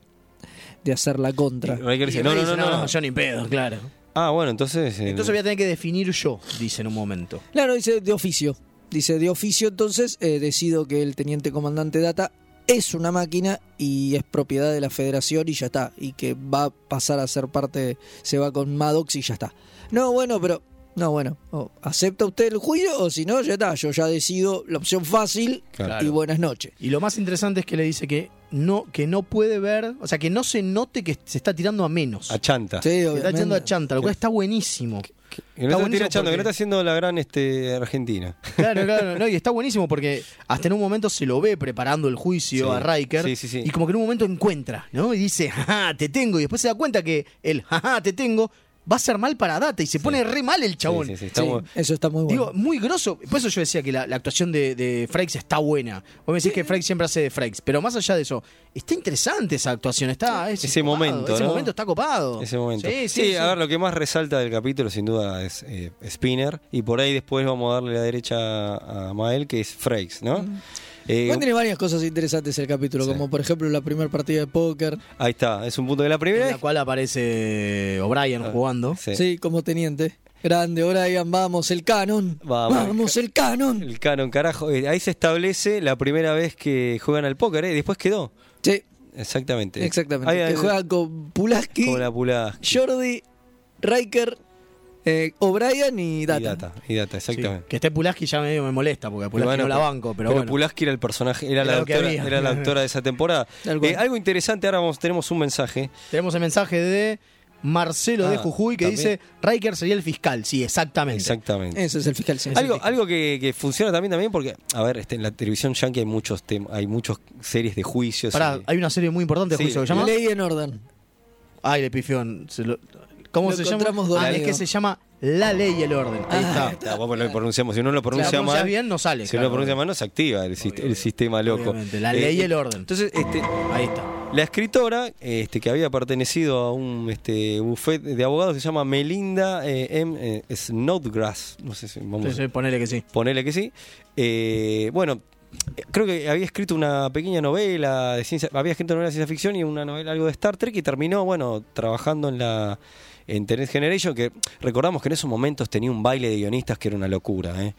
S4: de hacer la contra.
S2: Riker dice,
S3: Y
S2: no, no,
S3: Ray dice,
S2: no, no, no.
S3: yo ni pedo, claro.
S2: Ah, bueno, entonces. eh,
S3: Entonces voy a tener que definir yo, dice en un momento.
S4: Claro, dice de oficio. Dice de oficio, entonces eh, decido que el teniente comandante Data es una máquina y es propiedad de la Federación y ya está. Y que va a pasar a ser parte, se va con Maddox y ya está. No, bueno, pero. No, bueno. o ¿Acepta usted el juicio o si no, ya está? Yo ya decido la opción fácil
S3: Claro.
S4: y buenas noches.
S3: Y lo más interesante es que le dice que no, que no puede ver, o sea, que no se note que se está tirando a menos.
S2: A chanta.
S4: Sí,
S3: se está
S4: obviamente.
S3: echando a chanta, lo cual está buenísimo.
S2: que no
S3: Está
S2: está
S3: buenísimo
S2: tirachando, que
S3: porque-
S2: no está haciendo la gran este, Argentina.
S3: Claro, claro, no, y está buenísimo porque hasta en un momento se lo ve preparando el juicio
S2: Sí,
S3: a Riker
S2: sí, sí, sí.
S3: y como que en un momento encuentra, ¿no? Y dice, jaja, te tengo, y después se da cuenta que el jaja, te tengo va a ser mal para Data y se pone re mal el chabón.
S2: Sí, sí, sí, está bu-
S4: Eso está muy bueno.
S3: Digo, muy grosso. Por eso yo decía que la, la actuación de, de Frakes está buena. Vos me decís que Frakes siempre hace de Frakes, pero más allá de eso, está interesante esa actuación. Está, es
S2: Ese
S3: copado,
S2: momento,
S3: Ese
S2: ¿no?
S3: momento está copado.
S2: Ese momento.
S3: Sí, sí, sí.
S2: a ver, lo que más resalta del capítulo, sin duda, es eh, Spinner. Y por ahí después vamos a darle la derecha a Mael, que es Frakes, ¿no? Eh,
S4: Igual tiene varias cosas interesantes el capítulo, como por ejemplo la primera partida de póker.
S2: ahí está, es un punto de la primera.
S3: En la
S2: vez-
S3: cual aparece O'Brien
S2: Ah.
S3: jugando.
S2: Sí.
S4: Sí, como teniente. Grande, O'Brien, vamos, el canon.
S2: Vamos.
S4: vamos el canon.
S2: El canon, carajo. Eh, ahí se establece la primera vez que juegan al póker, ¿eh? Después quedó.
S4: Sí,
S2: Exactamente.
S4: exactamente.
S2: Ahí- ahí-
S4: que juegan con Pulaski,
S2: Como la pulada.
S4: Jordi, Riker, eh, O'Brien y Data.
S2: Y data, y data, exactamente.
S3: Que esté Pulaski ya medio me molesta porque a Pulaski
S2: Bueno,
S3: no la
S2: pero-
S3: banco, pero, bueno.
S2: Pulaski era el personaje, era,
S3: Era
S2: la
S3: lo que
S2: autora,
S3: había.
S2: era la autora de esa temporada.
S4: Tal cual.
S2: Eh, algo interesante, ahora vamos, tenemos un mensaje.
S3: Tenemos el mensaje de Marcelo de
S2: Ah,
S3: Jujuy que
S2: también.
S3: dice, Riker sería el fiscal. Sí, exactamente.
S2: Exactamente.
S4: Ese es el fiscal. sí.
S2: Algo, algo que, que funciona también también porque, a ver, este, en la televisión yankee hay muchos tem- hay muchas series de juicios.
S3: Pará,
S2: y-
S3: hay una serie muy importante de
S2: Sí,
S3: juicio que se llama...
S4: Ley en orden.
S3: Ay, le pifión. ¿Cómo
S4: Lo
S3: se llama?
S4: encontramos dormido.
S3: Ah, es que se llama La Ley y el Orden. Ahí
S2: Ah,
S3: está.
S2: está, vos lo pronunciamos. Si uno lo pronuncia
S3: Claro, pronuncias
S2: mal,
S3: bien, no sale,
S2: Si
S3: claro.
S2: uno lo pronuncia mal, no se activa el, sist- el sistema loco.
S3: Obviamente, La
S2: Eh,
S3: Ley y el Orden.
S2: Entonces, este,
S3: Ahí está.
S2: la escritora, este, que había pertenecido a un este, buffet de abogados, se llama Melinda eh, M. eh, Snodgrass. No sé si vamos a
S3: Entonces, ponele que sí.
S2: Ponele que sí. Eh, bueno, eh, creo que había escrito una pequeña novela de ciencia, había escrito novela de ciencia ficción y una novela algo de Star Trek y terminó, bueno, trabajando en la en The Next Generation, que recordamos que en esos momentos tenía un baile de guionistas que era una locura, ¿eh?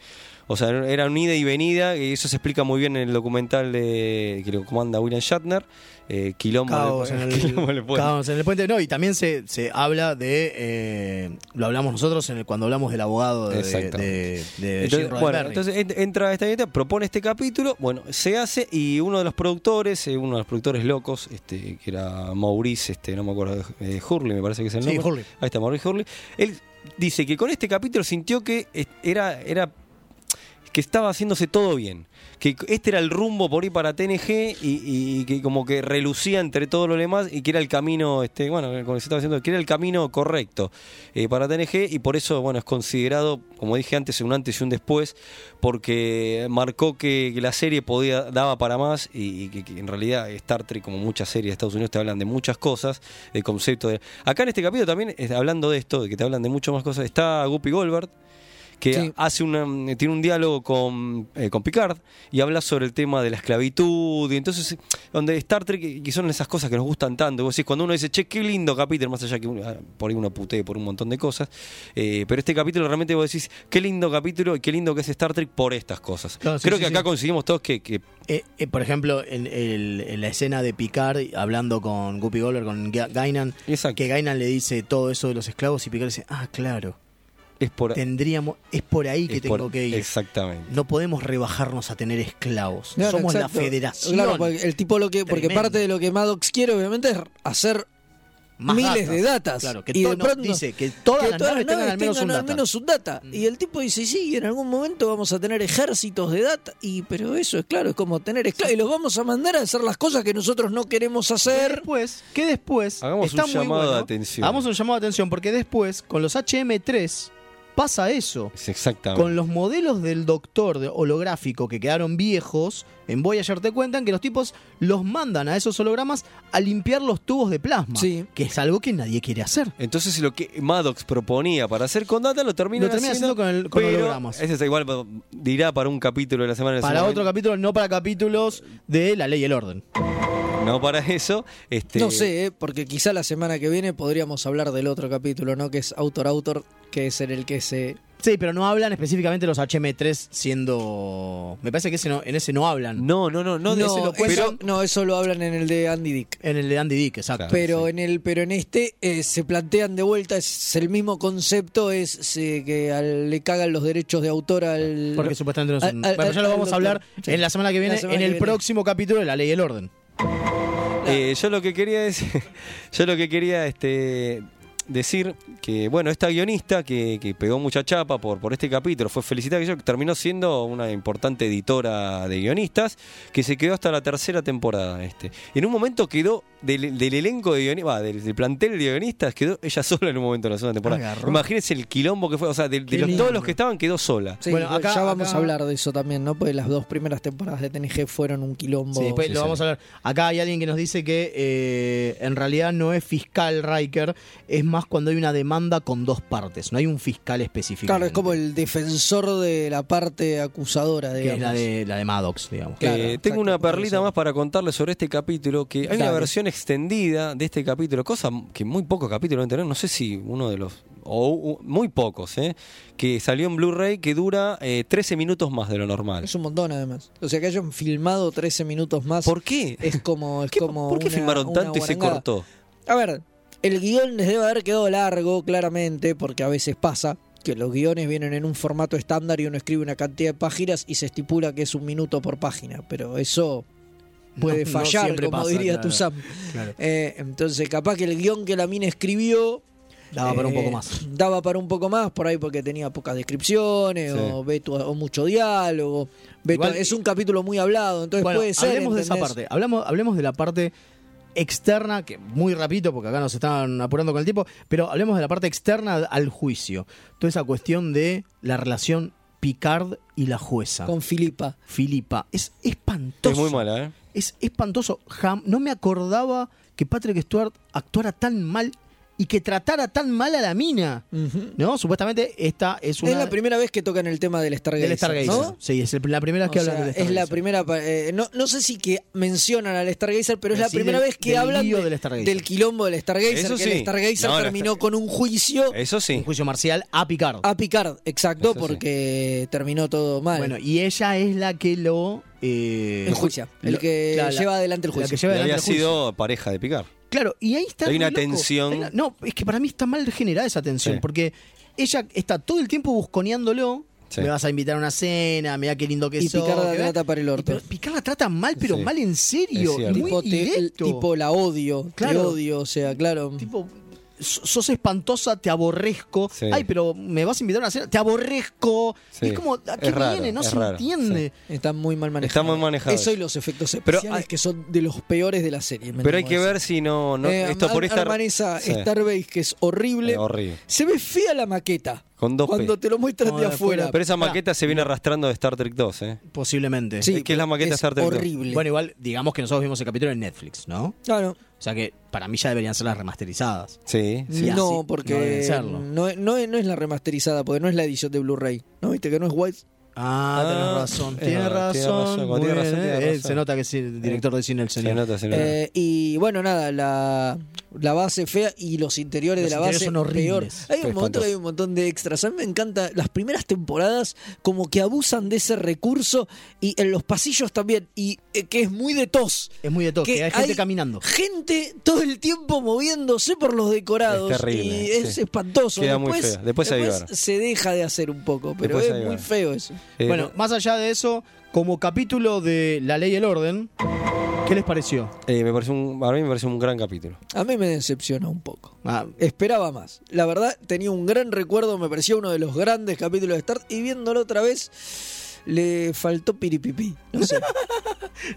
S2: O sea, era un ida y venida, y eso se explica muy bien en el documental de, que lo comanda William Shatner, eh, Quilombo,
S3: Caos
S2: le-
S3: en,
S2: Quilombo le
S3: el,
S2: pone.
S3: caos en el puente. No, y también se, se habla de. eh, lo hablamos nosotros en el- cuando hablamos del abogado de,
S2: Exacto.
S3: de, de Jim
S2: Entonces,
S3: Roddenberry.
S2: bueno, entonces ent- entra esta dieta, propone este capítulo, bueno, se hace y uno de los productores, eh, uno de los productores locos, este, que era Maurice, este, no me acuerdo, eh, Hurley me parece que es el
S3: Sí,
S2: nombre.
S3: Hurley.
S2: Ahí está Maurice Hurley. Él dice que con este capítulo sintió que eh, era, era que estaba haciéndose todo bien, que este era el rumbo por ir para TNG y, y que como que relucía entre todos los demás y que era el camino, este, bueno, como se estaba diciendo, que era el camino correcto eh, para TNG y por eso, bueno, es considerado, como dije antes, un antes y un después, porque marcó que, que la serie podía daba para más y, y que, que en realidad Star Trek, como muchas series de Estados Unidos, te hablan de muchas cosas, de concepto de... Acá en este capítulo también, eh, hablando de esto, de que te hablan de muchas más cosas, está Guppy Goldberg que
S4: Sí.
S2: hace una, mm, tiene un diálogo con, eh, con Picard y habla sobre el tema de la esclavitud. Y entonces, eh, donde Star Trek, eh, que son esas cosas que nos gustan tanto, vos decís, cuando uno dice, che, qué lindo capítulo, más allá que uno- ah, por ahí uno putee por un montón de cosas, eh, pero este capítulo realmente vos decís, qué lindo capítulo y qué lindo que es Star Trek por estas cosas.
S3: Claro, sí,
S2: Creo
S3: sí,
S2: que acá
S3: sí.
S2: conseguimos todos que, que
S3: Eh, eh, por ejemplo, en, el- en la escena de Picard hablando con Guppy Goldberg, con Ga- Gainan,
S2: Exacto.
S3: que Gainan le dice todo eso de los esclavos y Picard dice, ah, claro.
S2: Es por,
S3: Tendríamos, es por ahí que
S2: es
S3: tengo
S2: por-
S3: que ir.
S2: Exactamente.
S3: No podemos rebajarnos a tener esclavos.
S4: Claro,
S3: Somos
S4: exacto.
S3: la federación.
S4: Claro, porque el tipo lo que. Porque
S3: Tremendo.
S4: parte de lo que Maddox quiere, obviamente, es hacer
S3: Más
S4: miles de datas.
S3: Claro, que
S4: y de
S3: todo nos
S4: pronto-
S3: dice que todas
S4: que
S3: las naves tengan al menos un
S4: tengan
S3: data. Mm.
S4: un data. Y el tipo dice, sí, en algún momento vamos a tener ejércitos de data. Y pero eso es claro, es como tener esclavos. Y los vamos a mandar a hacer las cosas que nosotros no queremos hacer.
S3: Después, que después
S2: Hagamos
S3: está
S2: un
S3: muy
S2: llamado
S3: bueno.
S2: de atención.
S3: Hagamos un llamado de atención porque después, con los HM3, pasa eso.
S2: Es exactamente.
S3: Con los modelos del doctor de- holográfico que quedaron viejos, en Voyager te cuentan que los tipos los mandan a esos hologramas a limpiar los tubos de plasma, que es algo que nadie quiere hacer.
S2: Entonces lo que Maddox proponía para hacer con data lo termina
S3: Lo termina haciendo con el- con hologramas.
S2: Ese es igual dirá para un capítulo de la semana. en ese
S3: Para
S2: momento.
S3: otro capítulo, no para capítulos de la ley y el orden.
S2: No para eso. Este,
S4: No sé, eh, porque quizá la semana que viene podríamos hablar del otro capítulo, ¿no? Que es autor-autor, que es en el que se
S3: Sí, pero no hablan específicamente los HM3 siendo... Me parece que ese no- en ese no hablan.
S2: No, no, no,
S4: No, eso, no, eso lo hablan en el de Andy Dick.
S3: En el de Andy Dick,
S2: Ah,
S3: exacto.
S4: Pero en el, pero en este eh, se plantean de vuelta, es el mismo concepto, es se- que al- le cagan los derechos de autor al.
S3: Porque supuestamente no son...
S4: al- al-
S3: Bueno, ya lo
S4: al
S3: vamos
S4: doctor.
S3: a hablar
S4: Sí.
S3: en la semana que
S4: La
S3: viene,
S4: semana
S3: en
S4: que
S3: el
S4: viene.
S3: próximo capítulo de la ley y el orden.
S2: Eh, yo lo que quería es, yo lo que quería este, decir que bueno esta guionista que, que pegó mucha chapa por, por este capítulo fue felicitada que yo terminó siendo una importante editora de guionistas que se quedó hasta la tercera temporada este en un momento quedó del, del elenco de guionistas va, del, del plantel de guionistas quedó ella sola en un momento de la segunda temporada
S4: Agarró.
S2: imagínense el quilombo que fue o sea de, de
S4: Qué
S2: los-
S4: lindo.
S2: todos los que estaban quedó sola
S4: Sí,
S3: Bueno,
S4: igual
S3: acá-
S4: ya vamos
S3: acá-
S4: a hablar de eso también, ¿no? Porque las dos primeras temporadas de TNG fueron un quilombo.
S3: Sí, después lo vamos a hablar. Acá hay alguien que nos dice que eh, en realidad no es fiscal Riker, es más cuando hay una demanda con dos partes, no hay un fiscal específico.
S4: Claro, es como el defensor de la parte acusadora,
S3: que es la
S4: digamos.
S3: de, la de Maddox, digamos.
S2: Eh, tengo una perlita más para contarles sobre este capítulo, que hay una
S3: Dale.
S2: versión extendida de este capítulo, cosa que muy pocos capítulos van a tener, no sé si uno de los, o u- muy pocos, eh, que salió en Blu-ray que dura eh, 13 minutos más de lo normal.
S4: Es un montón además. O sea que hayan filmado 13 minutos más.
S2: ¿Por qué?
S4: Es como. Es como
S2: ¿Por qué
S4: una-
S2: filmaron
S4: una
S2: tanto y se
S4: guarangada.
S2: cortó?
S4: A ver, el guión les debe haber quedado largo, claramente, porque a veces pasa que los guiones vienen en un formato estándar y uno escribe una cantidad de páginas y se estipula que es un minuto por página, pero eso puede
S3: No, no
S4: fallar,
S3: siempre
S4: como
S3: pasa,
S4: diría
S3: claro,
S4: Tuzam.
S3: claro.
S4: Eh, entonces, capaz que el guión que la mina escribió...
S3: Daba para un
S4: eh,
S3: poco más.
S4: Daba para un poco más, por ahí porque tenía pocas descripciones
S3: Sí.
S4: o, ve tu- o mucho diálogo. ve tu-
S3: Igual-
S4: es un capítulo muy hablado, entonces
S3: Bueno,
S4: puede ser...
S3: hablemos de esa
S4: ¿entendés?
S3: parte, hablamos, hablemos de la parte externa, que muy rapidito, porque acá nos están apurando con el tiempo, pero hablemos de la parte externa al juicio. Toda esa cuestión de la relación Picard y la jueza.
S4: Con Filipa.
S3: Filipa, es espantoso.
S2: Es muy mala, ¿eh?
S3: Es espantoso. Jam- no me acordaba que Patrick Stewart actuara tan mal y que tratara tan mal a la mina. ¿No? Supuestamente esta es una.
S4: Es la primera vez que tocan el tema del Stargazer,
S3: del Stargazer.
S4: ¿no?
S3: Sí, es el- la primera vez que
S4: O
S3: hablan
S4: sea,
S3: del
S4: es
S3: Stargazer.
S4: la primera. pa- eh, no, no sé si que mencionan al Stargazer, pero es la
S3: Sí,
S4: primera
S3: del-
S4: vez que
S3: del
S4: hablan
S3: lío
S4: de-
S3: del Stargazer.
S4: quilombo del Stargazer.
S3: Eso
S4: que
S3: sí.
S4: el Stargazer
S3: No, el
S4: terminó con un juicio
S2: Eso sí.
S3: Un juicio marcial a Picard.
S4: a Picard, exacto, porque terminó todo mal.
S3: Bueno, y ella es la que lo. Eh,
S4: Enjuicia, el
S3: lo-
S4: que
S3: claro, la-
S4: lleva adelante el
S3: la
S4: juicio.
S3: que lleva
S2: Y
S3: adelante
S2: había
S3: el juicio.
S2: sido pareja de Picar.
S3: Claro, y ahí está.
S2: Hay
S3: re
S2: una
S3: loco.
S2: tensión.
S3: Hay una- No, es que para mí está mal generada esa tensión,
S2: Sí.
S3: porque ella está todo el tiempo busconeándolo.
S2: Sí.
S3: Me vas a invitar a una cena, mira qué lindo que
S4: Y
S3: sos,
S4: Picard la
S3: que-
S4: trata para el orto.
S3: Pero Picard la trata mal, pero
S4: Sí.
S3: mal en serio.
S4: Es
S3: y
S4: cierto.
S3: Muy
S4: tipo, te-
S3: directo.
S4: tipo, la odio, te
S3: Claro.
S4: odio, o sea, claro.
S3: Tipo, so- sos espantosa, te aborrezco.
S2: Sí.
S3: Ay, pero me vas a invitar a una cena, te aborrezco.
S2: Sí.
S3: Es como, ¿a qué
S2: Es raro,
S3: viene? No
S2: es
S3: se
S2: raro,
S3: entiende.
S4: Está muy mal
S2: Está
S4: manejado.
S2: muy manejado.
S4: Eso y los efectos
S2: Pero
S4: especiales
S2: hay-
S4: que son de los peores de la serie. me
S2: Pero hay
S4: animo a
S2: que
S4: decir.
S2: ver si no, no-
S4: Eh,
S2: esto por
S4: ar-
S2: esta
S4: arman esa
S2: Sí.
S4: Starbase que es horrible.
S2: Eh, horrible.
S4: Se ve fea la maqueta.
S2: Con dos P.
S4: Cuando te lo muestran
S3: No,
S4: de
S3: de
S4: afuera.
S2: Pero esa maqueta se viene arrastrando de Star Trek 2, ¿eh?
S3: Posiblemente.
S2: Sí, Es que es la maqueta es Star Trek dos. horrible.
S3: Bueno, igual, digamos que nosotros vimos el capítulo en Netflix, ¿no?
S4: Claro.
S3: O sea que para mí ya deberían ser las remasterizadas.
S2: Sí.
S4: no,
S3: Sí, así no deben
S4: porque
S3: serlo.
S4: no, es- no es- no es la remasterizada, porque no es la edición de Blu-ray. ¿No viste que no es White?
S3: Ah, tenés
S2: Ah,
S3: razón.
S2: es
S3: Tienes
S2: verdad, tiene razón,
S3: razón.
S2: cuando
S3: muy
S2: tiene
S3: bien,
S2: razón,
S3: eh.
S2: tiene
S3: Eh,
S2: razón.
S3: Se nota que es el director de cine el
S2: Se
S3: señor.
S2: nota, se nota.
S4: Eh, y bueno, nada, la, la base fea y los interiores
S3: Los
S4: de la base
S3: interiores son horribles.
S4: peor. Hay
S3: Fue
S4: un momento que hay
S3: espantoso.
S4: un montón de extras. A mí me encanta las primeras temporadas como que abusan de ese recurso y en los pasillos también y eh, que es muy de tos.
S3: Es muy de tos, que hay gente caminando.
S4: Gente todo el tiempo moviéndose por los decorados
S2: Es terrible,
S4: y es
S2: sí.
S4: espantoso.
S2: Queda muy
S4: después,
S2: feo. Después hay bar.
S4: se deja de hacer un poco, pero
S2: Después hay
S4: es
S2: bar.
S4: muy feo eso.
S2: Eh,
S3: bueno, más allá de eso, como capítulo de La Ley y el Orden, ¿qué les pareció?
S2: Eh, me parece un, a mí me parece un gran capítulo.
S4: A mí me decepciona un poco.
S3: Ah,
S4: Esperaba más. La verdad, tenía un gran recuerdo, me parecía uno de los grandes capítulos de Start. Y viéndolo otra vez, le faltó piripipí. No sé.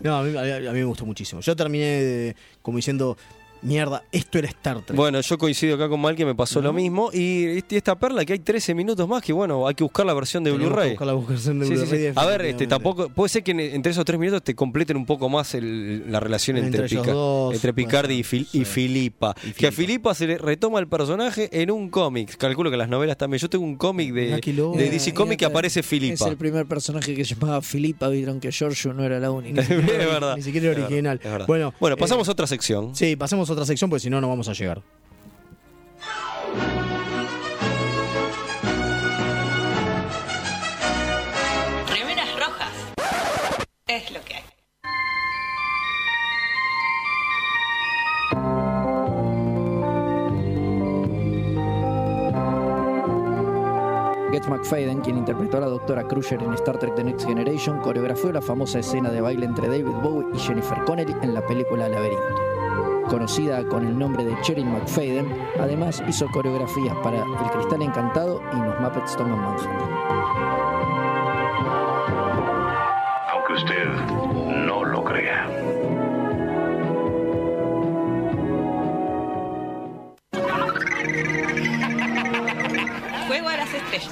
S3: No, a mí, a mí- a mí me gustó muchísimo. Yo terminé de- como diciendo, mierda, esto era Star Trek.
S2: Bueno, yo coincido acá con Mal que me pasó lo mismo. Y este- esta perla que hay 13 minutos más, que bueno, hay que buscar la versión de
S3: Tenemos que
S2: Blu-ray.
S3: buscar la buscación de
S2: Sí, sí, sí.
S3: Blu-ray,
S2: A ver, este,
S3: definitivamente.
S2: tampoco. Puede ser que en- entre esos 3 minutos te completen un poco más el- la relación
S3: Entre
S2: entre,
S3: ellos
S2: Pica-
S3: dos,
S2: entre
S3: puede
S2: Picardi
S3: ser,
S2: y, Fil- y Filipa. Que a Filipa se le retoma el personaje en un cómic. Calculo que las novelas también. Yo tengo un cómic de, de DC Comics que aparece
S4: Es
S2: Filipa.
S4: el primer personaje que se llamaba Filipa. Vieron que Giorgio no era la única.
S2: es verdad.
S3: Ni siquiera
S2: Es verdad,
S3: original.
S2: es verdad.
S3: Bueno,
S2: bueno,
S3: eh,
S2: pasamos a otra sección.
S3: Sí, pasemos a otra sección porque si no, no vamos a llegar.
S6: Remeras rojas. Es lo que hay.
S14: Get McFadden, quien interpretó a la doctora Crusher en Star Trek The Next Generation, coreografió la famosa escena de baile entre David Bowie y Jennifer Connelly en la película Laberinto. Conocida con el nombre de Cheryl McFadden, además hizo coreografías para El Cristal Encantado y Los Muppets Toman Manhattan.
S15: Aunque usted no lo crea.
S6: Juego a las estrellas.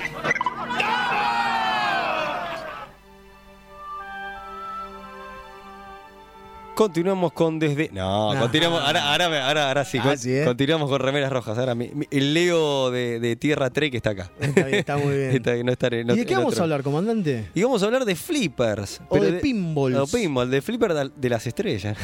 S2: Continuamos con desde. No,
S1: Ah.
S2: continuamos. Ahora, ahora, me- ahora, ahora
S3: Ah,
S2: sí. con-
S3: ¿eh?
S2: Continuamos con remeras rojas. Ahora, mi- mi- el Leo de, de Tierra Trek está acá.
S3: Está bien, está muy bien.
S2: Está- no está en- no-
S3: ¿Y de qué
S2: en
S3: vamos
S2: otro.
S3: a hablar, comandante?
S2: Y vamos a hablar de flippers.
S3: O de pinballs.
S2: O pinball, de flipper de, de las estrellas.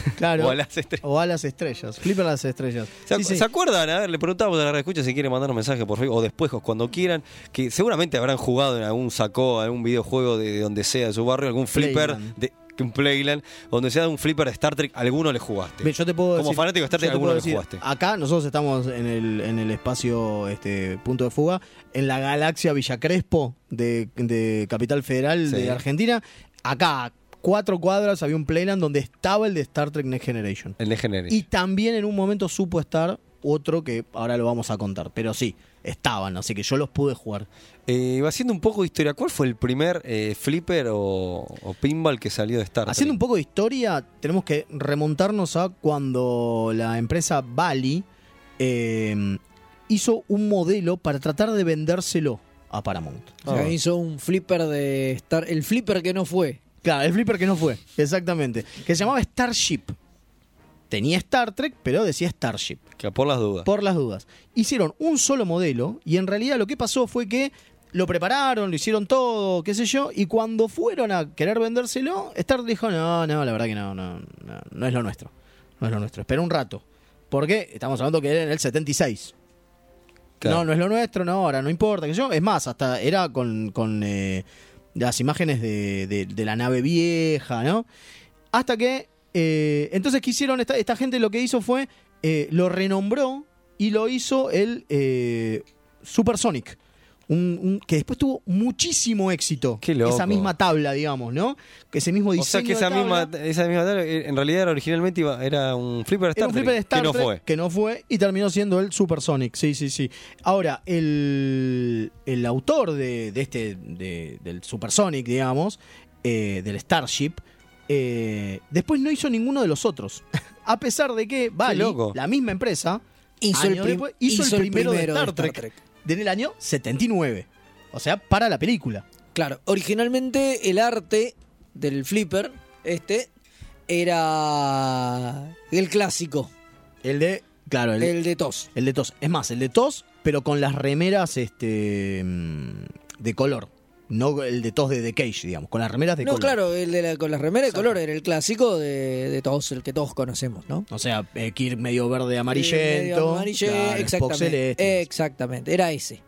S3: Claro.
S2: O a las estrellas.
S3: O a las estrellas. Flipa las estrellas.
S2: ¿Se,
S3: Sí,
S2: acu-
S3: sí.
S2: se acuerdan? A ver, le preguntamos a la escucha si quieren mandar un mensaje por Facebook o después o cuando quieran, que seguramente habrán jugado en algún saco, algún videojuego de, de donde sea, de su barrio, algún flipper,
S3: Playland.
S2: de, un Playland, donde sea un flipper de Star Trek, alguno le jugaste.
S3: Bien, yo te puedo
S2: Este, Como
S3: decir-
S2: fanático de Star
S3: yo
S2: Trek,
S3: te puedo
S2: alguno le
S3: decir, ah,
S2: jugaste.
S3: Acá nosotros estamos en el, en el espacio este, punto de fuga, en la galaxia Villa Crespo de, de Capital Federal
S2: Sí.
S3: de Argentina. Acá, a cuatro cuadras, había un Playland donde estaba el de Star Trek Next Generation.
S2: El de Generis.
S3: Y también en un momento supo estar otro que ahora lo vamos a contar. Pero sí, estaban, así que yo los pude jugar.
S2: Eh, va haciendo un poco de historia. ¿Cuál fue el primer eh, flipper o, o pinball que salió de Star Trek?
S3: Haciendo un poco de historia, tenemos que remontarnos a cuando la empresa Bally eh, hizo un modelo para tratar de vendérselo a Paramount.
S4: O sea, hizo un flipper de Star. El flipper que no fue.
S3: Claro, el flipper que no fue, exactamente. Que se llamaba Starship. Tenía Star Trek, pero decía Starship.
S2: Que por las dudas.
S3: Por las dudas. Hicieron un solo modelo y en realidad lo que pasó fue que lo prepararon, lo hicieron todo, qué sé yo, y cuando fueron a querer vendérselo, Star dijo, no, no, la verdad que no, no, no, no es lo nuestro. No es lo nuestro. Espera un rato. Porque estamos hablando que era en el 76.
S2: Claro.
S3: No, no es lo nuestro, no, ahora no importa. Que yo, es más, hasta era con, con, eh, las imágenes de, de- de la nave vieja, ¿no? Hasta que. eh, entonces, ¿qué hicieron? Esta, esta gente lo que hizo fue. eh, lo renombró y lo hizo el eh, Supersonic. Un, un- que después tuvo muchísimo éxito.
S2: loco.
S3: Esa misma tabla, digamos, ¿no? Que Ese mismo diseño.
S2: o sea que
S3: de
S2: esa
S3: tabla.
S2: misma, esa misma tabla, eh, en realidad era originalmente iba- era un flipper de Star
S3: Era un
S2: Trek,
S3: flipper de Star
S2: que no
S3: Trek
S2: fue.
S3: que no fue y terminó siendo el Supersonic. Sí, sí, sí. Ahora, el, el autor de, de este, de- del Supersonic, digamos, eh, del Starship, eh, después no hizo ninguno de los otros. A pesar de que Bally,
S2: loco.
S3: la misma empresa,
S4: Hizo el
S3: años
S4: prim-
S3: después, hizo
S4: hizo
S3: el
S4: el
S3: primero,
S4: primero
S3: de Star, Trek, en el año 79. O sea, para la película.
S4: Claro, originalmente el arte del flipper, este, era el clásico.
S3: El de. Claro, el,
S4: El de tos.
S3: El de tos. Es más, el de tos, pero con las remeras este mm, de color. No el de tos de The Cage, digamos, con las remeras de
S4: No,
S3: color.
S4: claro, el de la- con las remeras de color era el clásico de, de todos, el que todos conocemos, ¿no?
S3: O sea, eh, Kirk medio verde
S4: Eh, medio
S3: amarillento.
S4: amarillento,
S3: claro, Spock
S4: exactamente, Eh,
S3: celeste.
S4: exactamente, era ese.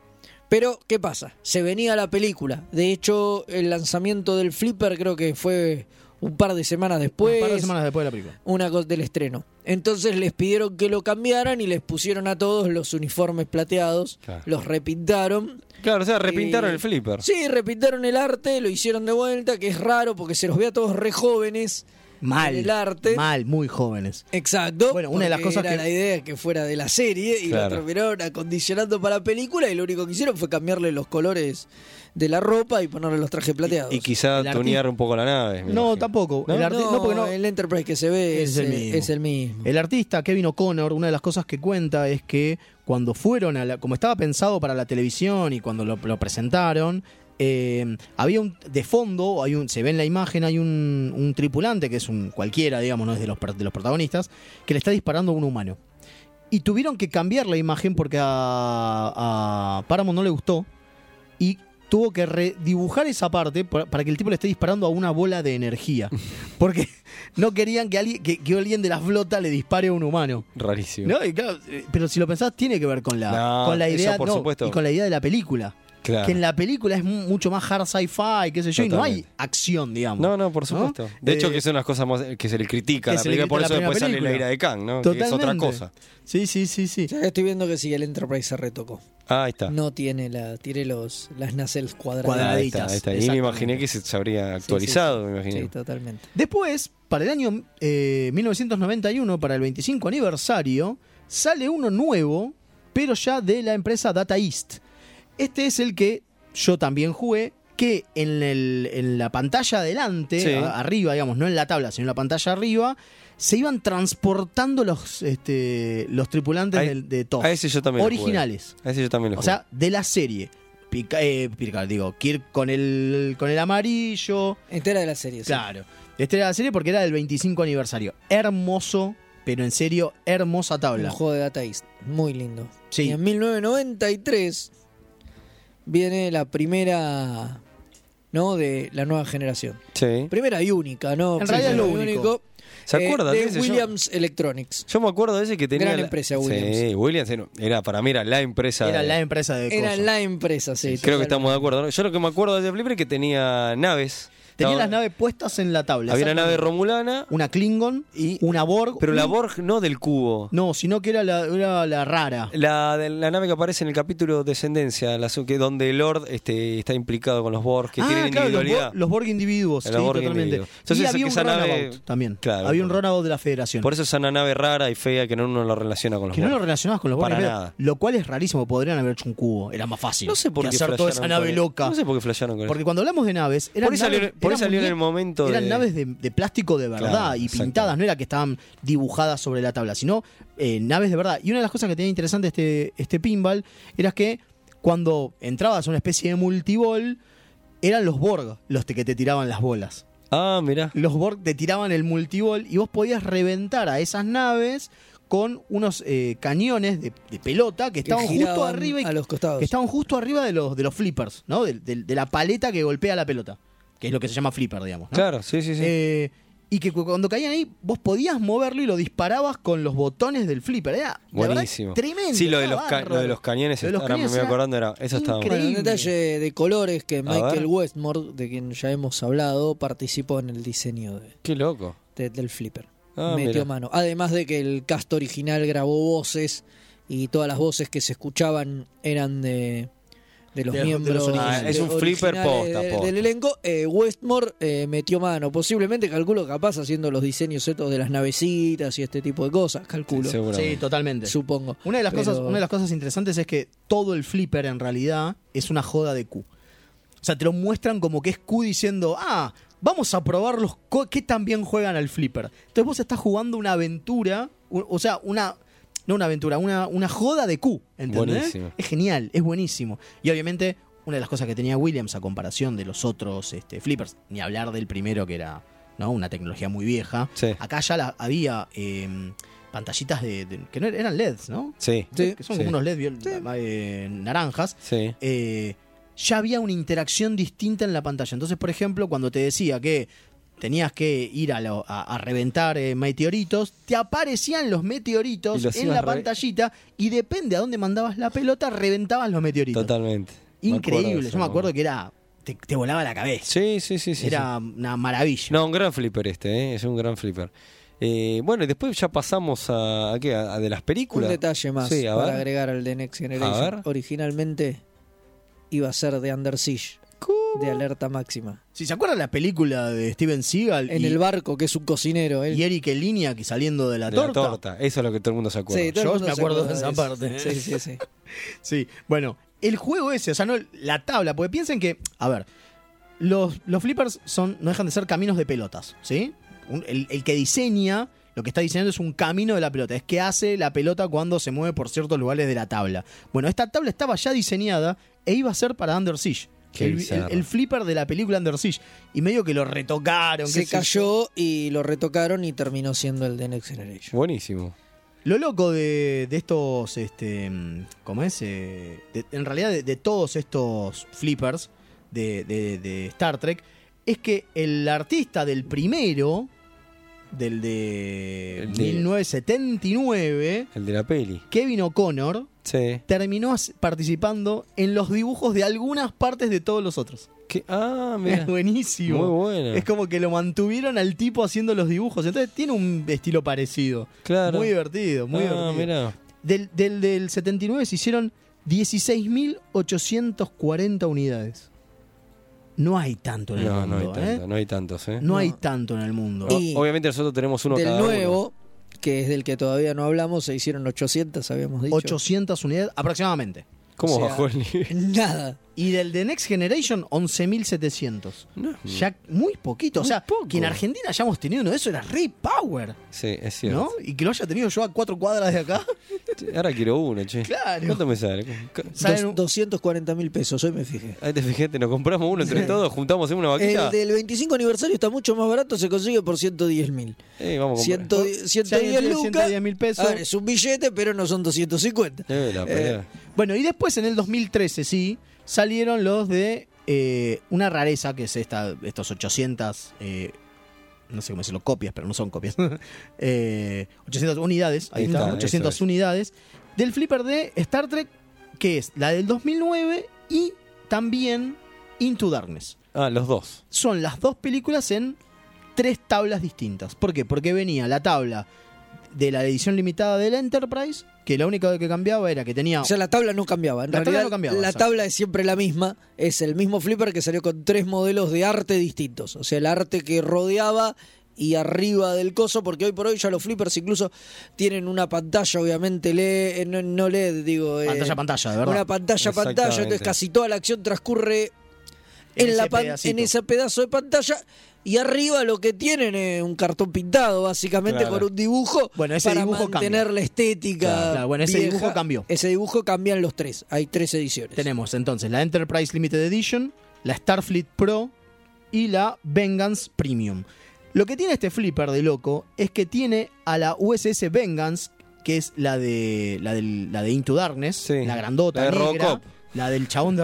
S4: Pero, ¿qué pasa? Se venía la película. De hecho, el lanzamiento del Flipper creo que fue un par de semanas después.
S3: Un par de semanas después de la película.
S4: Una cosa del estreno. Entonces les pidieron que lo cambiaran y les pusieron a todos los uniformes plateados,
S2: Claro.
S4: los repintaron.
S2: Claro, o sea, repintaron
S4: Y-
S2: el flipper.
S4: Sí, repintaron el arte, lo hicieron de vuelta, que es raro porque se los ve a todos re jóvenes.
S3: Mal.
S4: en El arte.
S3: Mal, muy jóvenes.
S4: Exacto.
S3: Bueno, una de las
S4: porque
S3: cosas
S4: era
S3: que-
S4: la idea que fuera de la serie y
S3: Claro.
S4: lo terminaron acondicionando para la película y lo único que hicieron fue cambiarle los colores de la ropa y ponerle los trajes plateados.
S2: Y quizá
S4: El arti-
S2: tunear un poco la nave. me imagino.
S3: tampoco.
S4: No,
S3: El arti- no, porque no-
S4: el Enterprise que se ve
S3: Es el mismo.
S4: es el mismo.
S3: El artista Kevin O'Connor, una de las cosas que cuenta es que cuando fueron a la. como estaba pensado para la televisión y cuando lo, lo presentaron. eh, había un de fondo hay un se ve en la imagen hay un, un tripulante que es un cualquiera digamos no es de los, per- de los protagonistas que le está disparando a un humano y tuvieron que cambiar la imagen porque a, a Paramount no le gustó y tuvo que redibujar esa parte pa- para que el tipo le esté disparando a una bola de energía. Porque no querían que alguien, que, que alguien de la flota le dispare a un humano.
S2: Rarísimo.
S3: No, y claro, eh, pero si lo pensás, tiene que ver con la,
S2: No,
S3: con la
S2: eso
S3: idea
S2: por
S3: no,
S2: supuesto.
S3: y con la idea de la película.
S2: Claro.
S3: Que en la película es mu- mucho más hard sci-fi, qué sé yo, y no hay
S2: Totalmente.
S3: acción, digamos.
S2: No, no, por supuesto. De hecho, que son las cosas más que se le critica a
S3: Eh, que
S2: la
S3: se le
S2: película, por eso
S3: critica a la
S2: después
S3: primera
S2: sale la
S3: película.
S2: ira de Kang, ¿no? Que es otra
S3: Totalmente.
S2: cosa.
S3: Sí, sí, sí, sí.
S4: Ya que estoy viendo que sí, el Enterprise se retocó.
S2: Ah, ahí está. Ah,
S4: No tiene la tiene los las nacelles cuadradas.
S2: Ahí está, ahí está. Y me imaginé que se, se habría actualizado, me imaginé.
S4: Sí, totalmente.
S3: Después, para el año eh, 1991, para el 25 aniversario, sale uno nuevo, pero ya de la empresa Data East. Este es el que yo también jugué, que en, el- en la pantalla adelante,
S2: Sí.
S3: a- arriba, digamos, no en la tabla, sino en la pantalla arriba, se iban transportando los, este, los tripulantes
S2: Ahí-
S3: del- de, TOS.
S2: A ese yo también lo jugué.
S3: Originales.
S2: A ese yo también lo
S3: O
S2: jugué.
S3: sea, de la serie. Pica, eh, Picard, digo, Kirk con el, con el amarillo.
S4: Este era de la serie, sí.
S3: Claro. Este era de la serie porque era del 25 aniversario. Hermoso, pero en serio, hermosa
S4: Un
S3: tabla.
S4: juego de Data East. Muy lindo.
S3: Sí.
S4: Y en 1993 viene la primera, ¿no? De la nueva generación.
S2: Sí.
S4: Primera y única, ¿no?
S2: En realidad es lo
S4: Primera y
S2: único. ¿Se
S4: eh,
S2: acuerdan de
S4: de
S2: ese? Yo-
S4: Williams Electronics.
S2: Yo me acuerdo de ese que tenía.
S4: Gran
S2: la-
S4: empresa, Williams.
S2: Sí, Williams era- era, para mí era la empresa.
S3: Era
S2: de-
S3: la empresa de
S4: Era
S3: cosas.
S4: la empresa, sí.
S2: Creo que
S4: totalmente.
S2: estamos de acuerdo. ¿no? Yo lo que me acuerdo de ese flipper es que tenía naves.
S3: Tenía
S2: Estaba-
S3: las naves puestas en la tabla.
S2: Había una nave
S3: exactamente.
S2: romulana,
S3: Una Klingon, y una Borg.
S2: pero la
S3: un-
S2: Borg no del cubo.
S3: No, sino que era la, era la rara.
S2: La, de- la nave que aparece en el capítulo Descendencia, la su- que- donde Lord este, está implicado con los Borg, que
S3: Ah,
S2: tienen
S3: claro, los
S2: individualidad.
S3: Borg, los Borg individuos, sí,
S2: Los Borg
S3: totalmente.
S2: individuos. Entonces,
S3: y
S2: esa-
S3: había un
S2: esa nave-
S3: runabout también.
S2: Claro,
S3: había un
S2: por-
S3: runabout de la federación.
S2: Por eso es una nave rara y fea que no uno lo relaciona con los
S3: que no
S2: Borg.
S3: lo relacionabas con los Borg.
S2: Para
S3: pero-
S2: nada.
S3: Lo cual es rarísimo, podrían haber hecho un cubo. Era más fácil.
S2: No sé por
S3: que
S2: qué
S3: hacer toda esa
S2: flashearon
S3: nave
S2: con-
S3: loca.
S2: No sé por qué flashearon con
S3: Porque
S2: eso.
S3: cuando hablamos de naves, eran
S2: Por ahí salió-
S3: naves,
S2: por ahí
S3: eran
S2: salió en el
S3: muñe-
S2: momento
S3: Eran
S2: de-
S3: naves de, de plástico de verdad
S2: Claro,
S3: y
S2: exacto.
S3: pintadas, no era que estaban dibujadas sobre la tabla, sino eh, naves de verdad. Y una de las cosas que tenía interesante este, este pinball era que cuando entrabas a una especie de multibol, eran los Borg los te- que te tiraban las bolas.
S2: Ah, mirá.
S3: Los Borg te tiraban el multibol y vos podías reventar a esas naves con unos eh, cañones de, de pelota que
S4: Que
S3: estaban justo
S4: giraban
S3: arriba y
S4: a los costados.
S3: que estaban justo arriba de los, de los flippers, ¿no? De, de- de la paleta que golpea la pelota, que es lo que se llama flipper, digamos. ¿no?
S2: Claro, sí, sí, sí.
S3: Eh, y que cu- cuando caían ahí, vos podías moverlo y lo disparabas con los botones del flipper. Era la verdad,
S2: Buenísimo.
S3: tremendo.
S2: Sí, lo de
S3: estaba
S2: los, ca-
S3: bárbaro.
S2: lo de los cañones,
S3: Lo de los
S2: ahora me
S3: cañones
S2: voy
S3: era
S2: acordando, era, eso estaba bueno.
S4: Bueno, un detalle de colores que
S2: ver.
S4: Michael Westmore, de quien ya hemos hablado, participó en el diseño de-
S2: Qué loco.
S4: de- del flipper.
S2: Ah,
S4: Metió
S2: mirá.
S4: mano. Además de que el cast original grabó voces y todas las voces que se escuchaban eran de, de los
S2: De- de
S4: miembros.
S2: los originales. Ah, es un
S4: de-
S2: flipper
S4: originales
S2: posta,
S4: de-
S2: posta.
S4: Del elenco, Eh, Westmore eh, metió mano. Posiblemente, calculo, capaz haciendo los diseños estos de las navecitas y este tipo de cosas, calculo.
S2: Seguramente.
S3: Sí, totalmente.
S4: Supongo.
S3: Una de las
S4: Pero-
S3: cosas, una de las cosas interesantes es que todo el flipper en realidad es una joda de Q. O sea, te lo muestran como que es Q diciendo, ah, vamos a probar los co- que también juegan al flipper. Entonces vos estás jugando una aventura, u- o sea, una no una aventura, una, una joda de Q, ¿entendés?
S2: Buenísimo.
S3: Es genial, es buenísimo. Y obviamente una de las cosas que tenía Williams a comparación de los otros este, flippers, ni hablar del primero que era ¿no? una tecnología muy vieja. Acá ya la- había eh, pantallitas de, de- que E no er-, eran- eran LEDs, ¿no?
S2: Sí.
S3: Que son
S2: Sí.
S3: como unos LEDs naranjas. eh, ya había una interacción distinta en la pantalla. Entonces, por ejemplo, cuando te decía que tenías que ir a, lo- a- a reventar eh, meteoritos, te aparecían los meteoritos
S2: Y los
S3: en
S2: ibas
S3: la
S2: re-
S3: pantallita y depende a dónde mandabas la pelota, reventabas los meteoritos.
S2: Totalmente. Me acuerdo de
S3: Increíble.
S2: eso,
S3: Yo me acuerdo que era... Te, te volaba la cabeza.
S2: Sí, sí, sí. sí
S3: Era
S2: sí.
S3: una maravilla.
S2: No, un gran flipper este, ¿eh? es un gran flipper. Eh, bueno, y después ya pasamos a, a qué, a- a de las películas.
S4: Un detalle más
S2: Sí, a
S4: para
S2: ver.
S4: agregar al de Next Generation.
S2: A ver.
S4: Originalmente iba a ser de Under Siege,
S2: Uh.
S4: de alerta máxima.
S3: Si se acuerdan la película de Steven Seagal
S4: En
S3: y-
S4: el barco, que es un cocinero. él.
S3: y Eric Elinia que saliendo de la,
S2: De la
S3: torta.
S2: torta. Eso es lo que todo el mundo se acuerda.
S3: Sí, todo el Yo mundo me se acuerdo acuerda de de esa eso. parte.
S4: Sí, sí, sí.
S3: Sí, bueno, el juego ese, o sea, no la tabla, porque piensen que, a ver, los, los flippers son, no dejan de ser caminos de pelotas, ¿sí? Un- el, el que diseña, lo que está diseñando es un camino de la pelota, es que hace la pelota cuando se mueve por ciertos lugares de la tabla. Bueno, esta tabla estaba ya diseñada e iba a ser para Under Siege.
S2: Qué
S3: El,
S2: bizarro.
S3: el- el flipper de la película Under Siege. Y medio que lo retocaron.
S4: Se
S3: qué sé yo.
S4: cayó y lo retocaron y terminó siendo el de Next Generation.
S2: Buenísimo.
S3: Lo loco de, de estos, este, mm, ¿cómo es? Eh, de- en realidad de, de todos estos flippers de, de- de Star Trek, es que el artista del primero, del de
S2: de-
S3: 1979,
S2: El de la peli.
S3: Kevin O'Connor,
S2: Sí.
S3: terminó as- participando en los dibujos de algunas partes de todos los otros.
S2: Ah,
S3: Es buenísimo.
S2: Muy bueno.
S3: Es como que lo mantuvieron al tipo haciendo los dibujos. Entonces tiene un estilo parecido.
S2: Claro.
S3: Muy divertido, muy
S2: Ah,
S3: divertido.
S2: mirá.
S3: Del, del, del 79 se hicieron 16.840 unidades. No hay tanto en el
S2: No, no
S3: mundo.
S2: hay
S3: ¿eh?
S2: tanto, no hay tantos, ¿eh?
S3: No hay tanto en el mundo.
S2: O- Obviamente nosotros tenemos uno
S4: del
S2: cada uno.
S4: nuevo, que es del que todavía no hablamos, se hicieron 800, habíamos dicho.
S3: 800 unidades aproximadamente.
S2: ¿Cómo
S4: O sea,
S2: bajó el nivel?
S4: Nada.
S3: Y del de Next Generation, 11.700.
S2: Mm.
S3: Ya muy poquito. o sea, que en Argentina hayamos tenido uno de esos era re power.
S2: Sí, es cierto.
S3: ¿No? Y que lo haya tenido yo a cuatro cuadras de acá.
S2: Che, Ahora quiero uno, che.
S3: Claro.
S2: ¿Cuánto me sale? Ca-
S3: Salen un-
S4: 240 mil pesos, hoy me fijé.
S2: Ahí te fijaste, nos compramos uno entre todos, juntamos en una vaquita.
S4: El del 25 aniversario está mucho más barato, se consigue por 110 mil.
S2: Eh, vamos a comprar.
S4: 110
S3: Si alguien tiene 110 mil
S4: mil
S3: pesos.
S4: pesos. es un billete, pero no son 250.
S2: Eh, la pelea.
S3: Bueno, y después en el 2013, sí, salieron los de eh, una rareza, que es esta, estos 800, eh, no sé cómo decirlo, copias, pero no son copias. Eh, 800 unidades, ahí
S2: Ahí
S3: está,
S2: está, eso
S3: 800
S2: es.
S3: unidades, del flipper de Star Trek, que es la del 2009 y también Into Darkness.
S2: Ah, los dos.
S3: Son las dos películas en tres tablas distintas. ¿Por qué? Porque venía la tabla de la edición limitada de la Enterprise, que la única que cambiaba era que tenía...
S4: O sea, la tabla no cambiaba. En
S3: La tabla
S4: realidad,
S3: no cambiaba,
S4: La
S3: exacto.
S4: tabla es siempre la misma. Es el mismo flipper que salió con tres modelos de arte distintos. O sea, el arte que rodeaba y arriba del coso, porque hoy por hoy ya los flippers incluso tienen una pantalla, obviamente, lee, eh, no, no LED, digo. eh,
S3: Pantalla, pantalla, de verdad.
S4: Una pantalla, pantalla. Entonces
S3: Exactamente.
S4: casi toda la acción transcurre
S3: En
S4: en,
S3: ese
S4: la pan-
S3: pedacito.
S4: en ese pedazo de pantalla. Y arriba lo que tienen es un cartón pintado, básicamente,
S3: Claro.
S4: con un dibujo
S3: Bueno, ese
S4: para
S3: dibujo cambia.
S4: mantener la estética.
S3: Claro, claro, bueno, ese
S4: vieja.
S3: dibujo cambió.
S4: Ese dibujo cambian los tres. Hay tres ediciones.
S3: Tenemos entonces la Enterprise Limited Edition, la Starfleet Pro y la Vengeance Premium. Lo que tiene este flipper de loco es que tiene a la USS Vengeance, que es la de la, del- la de Into Darkness, la grandota
S2: la de
S3: negra,
S2: Robocop.
S3: la del chabón de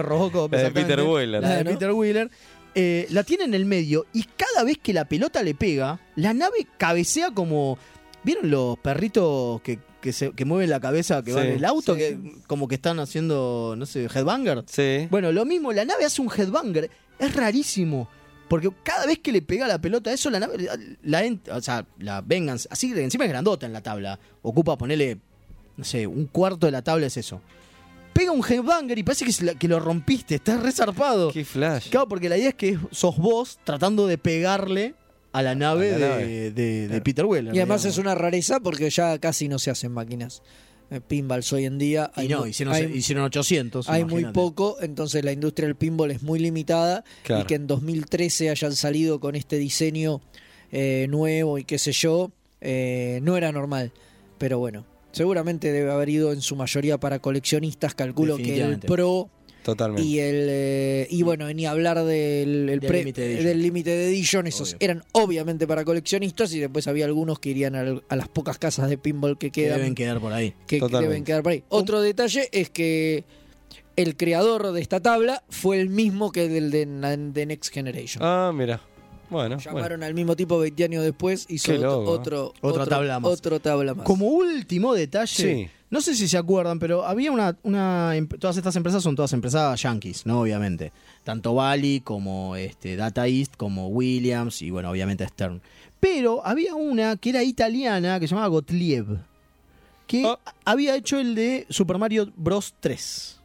S3: Robocop,
S2: La de
S3: exactamente,
S2: Peter Wheeler.
S3: la de
S2: Claro.
S3: Peter Wheeler. eh, la tiene en el medio y cada vez que la pelota le pega, la nave cabecea como ¿Vieron los perritos que, que, se, que mueven la cabeza que van
S2: Sí.
S3: en el auto? Que como que están haciendo, no sé, headbanger.
S2: Sí.
S3: Bueno, lo mismo, la nave hace un headbanger. Es rarísimo. Porque cada vez que le pega la pelota a eso, la nave. La, ent- o sea, la Vengeance. Así que encima es grandota en la tabla. Ocupa, ponerle, no sé, un cuarto de la tabla es eso. Pega un headbanger y parece que, se la- que lo rompiste. Está resarpado.
S2: Qué flash.
S3: Claro, porque la idea es que sos vos tratando de pegarle a la nave,
S4: la
S3: de,
S4: nave.
S3: de- de Peter Weller.
S4: Y además
S3: digamos.
S4: es una rareza porque ya casi no se hacen máquinas. eh, Pinballs hoy en día.
S3: Y
S4: hay
S3: no,
S4: mu-
S3: hicieron,
S4: hay-
S3: hicieron 800.
S4: hay muy
S3: imagínate.
S4: poco, entonces la industria del pinball es muy limitada
S3: Claro.
S4: y que en 2013 hayan salido con este diseño eh, nuevo y qué sé yo, eh, no era normal. Pero bueno, seguramente debe haber ido en su mayoría para coleccionistas, calculo que el
S2: Definitivamente.
S4: Pro
S2: Totalmente.
S4: y el eh, y bueno, ni hablar del el
S3: Del
S4: pre-
S3: Limited Edition.
S4: del límite de edition, esos eran obviamente para coleccionistas y después había algunos que irían al- a las pocas casas de pinball que
S3: Que
S4: quedan
S3: deben quedar por ahí.
S4: que deben quedar por ahí. Otro detalle es que el creador de esta tabla fue el mismo que del de, de Next Generation.
S2: Ah, mira. Bueno,
S4: Llamaron al mismo tipo 20 años después y hizo
S2: Qué
S4: otro,
S2: loco, ¿eh?
S4: otro,
S3: Otra tabla más.
S4: otro tabla más.
S3: Como último detalle,
S4: Sí.
S3: no sé si se acuerdan, pero había una, una em- todas estas empresas son todas empresas yankees, ¿no? Obviamente. Tanto Bali como este, Data East, como Williams y bueno, obviamente Stern. Pero había una que era italiana que se llamaba Gottlieb. Que
S4: Ah.
S3: había hecho el de Super Mario Bros. 3.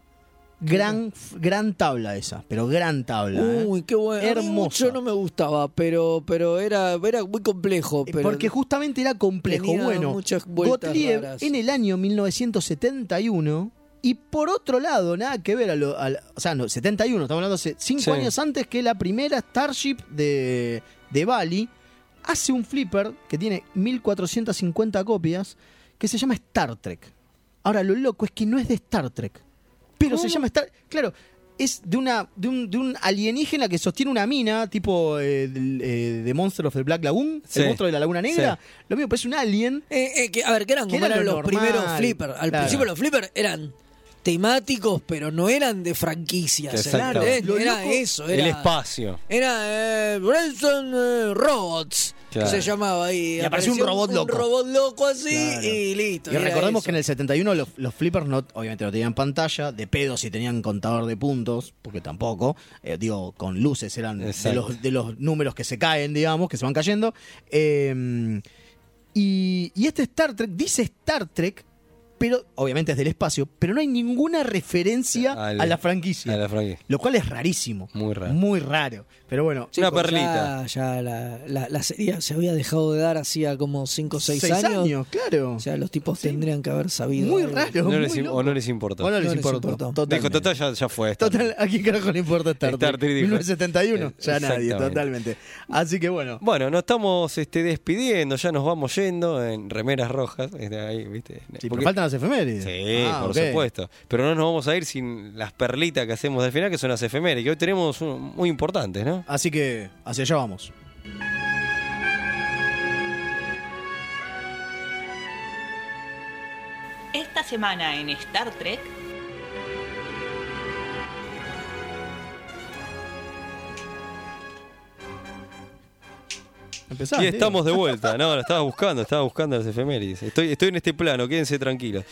S3: Gran, gran tabla esa, pero gran tabla. ¿eh?
S4: Uy, qué bueno.
S3: Hermosa.
S4: Yo no me gustaba, pero, pero era, era muy complejo.
S2: Eh,
S4: Pero
S3: Eh, Porque justamente era complejo.
S4: tenía
S3: bueno,
S4: muchas vueltas
S3: Gottlieb
S4: raras.
S3: en el año 1971, y por otro lado, nada que ver a lo. al- o sea, no, 71, estamos hablando hace 5
S2: Sí.
S3: años antes que la primera Starship de, de Bali, hace un flipper que tiene 1450 copias que se llama Star Trek. Ahora, lo loco es que no es de Star Trek, pero se
S2: ¿Cómo?
S3: llama Star Claro. Es de, una, de, un, de un alienígena que sostiene una mina, tipo eh, del- eh, de Monster of the Black Lagoon,
S4: Sí.
S3: el monstruo de la Laguna Negra. Lo mismo, parece un alien.
S4: Eh, eh, que, a ver, ¿qué eran?
S3: Que
S4: como
S3: era
S4: eran
S3: lo
S4: los
S3: normal.
S4: primeros flippers? Al
S3: Claro.
S4: principio los flippers eran temáticos, pero no eran de franquicias.
S2: Exacto.
S4: Claro, eh,
S2: Lo
S4: era
S2: loco-
S4: eso.
S2: El
S4: Era,
S2: espacio.
S4: Era eh, Branson eh, Robots,
S3: Claro.
S4: que se llamaba ahí.
S3: Y apareció un robot loco.
S4: Un robot loco así
S3: Claro.
S4: y listo.
S3: Y
S4: era
S3: recordemos
S4: eso.
S3: que en el 71 los, los flippers no, obviamente no tenían pantalla, de pedo si tenían contador de puntos, porque tampoco, eh, digo, con luces eran de
S2: Exacto.
S3: los, de los números que se caen, digamos, que se van cayendo. Eh, y, y este Star Trek dice Star Trek, pero obviamente es del espacio, pero no hay ninguna referencia
S2: Al-
S3: a la franquicia,
S2: a la franquicia.
S3: lo cual es rarísimo.
S2: Muy raro.
S3: Muy raro. Pero bueno,
S4: Chicos, Ya, ya la, la- la serie se había dejado de dar hacía como 5 o 6
S3: Seis
S4: años.
S3: años, claro.
S4: O sea, los tipos tendrían que haber sabido.
S3: Muy
S4: algo.
S3: raro,
S2: No les im- o no les importa.
S3: O no les importa.
S2: Dijo, total, ya, ya fue. esto.
S3: Total, ¿a quién carajo le importa Star Trek?
S2: Star Trek dijo. Eh,
S3: 1971, ya nadie,
S2: Exactamente.
S3: totalmente. Así que bueno,
S2: Bueno, nos estamos este, despidiendo, ya nos vamos yendo en remeras rojas. este, ahí, ¿viste?
S3: sí, pero
S2: Porque-
S3: faltan las efemérides.
S2: Sí,
S3: Ah,
S2: por
S3: ok.
S2: supuesto. Pero no nos vamos a ir sin las perlitas que hacemos al final, que son las efemérides, que hoy tenemos un- muy importantes, ¿no?
S3: Así que hacia allá vamos.
S6: Esta semana en Star Trek,
S3: Empezá,
S2: y
S3: Diego.
S2: estamos de vuelta. No, la estaba buscando, estaba buscando las efemérides. Estoy, estoy en este plano, quédense tranquilos.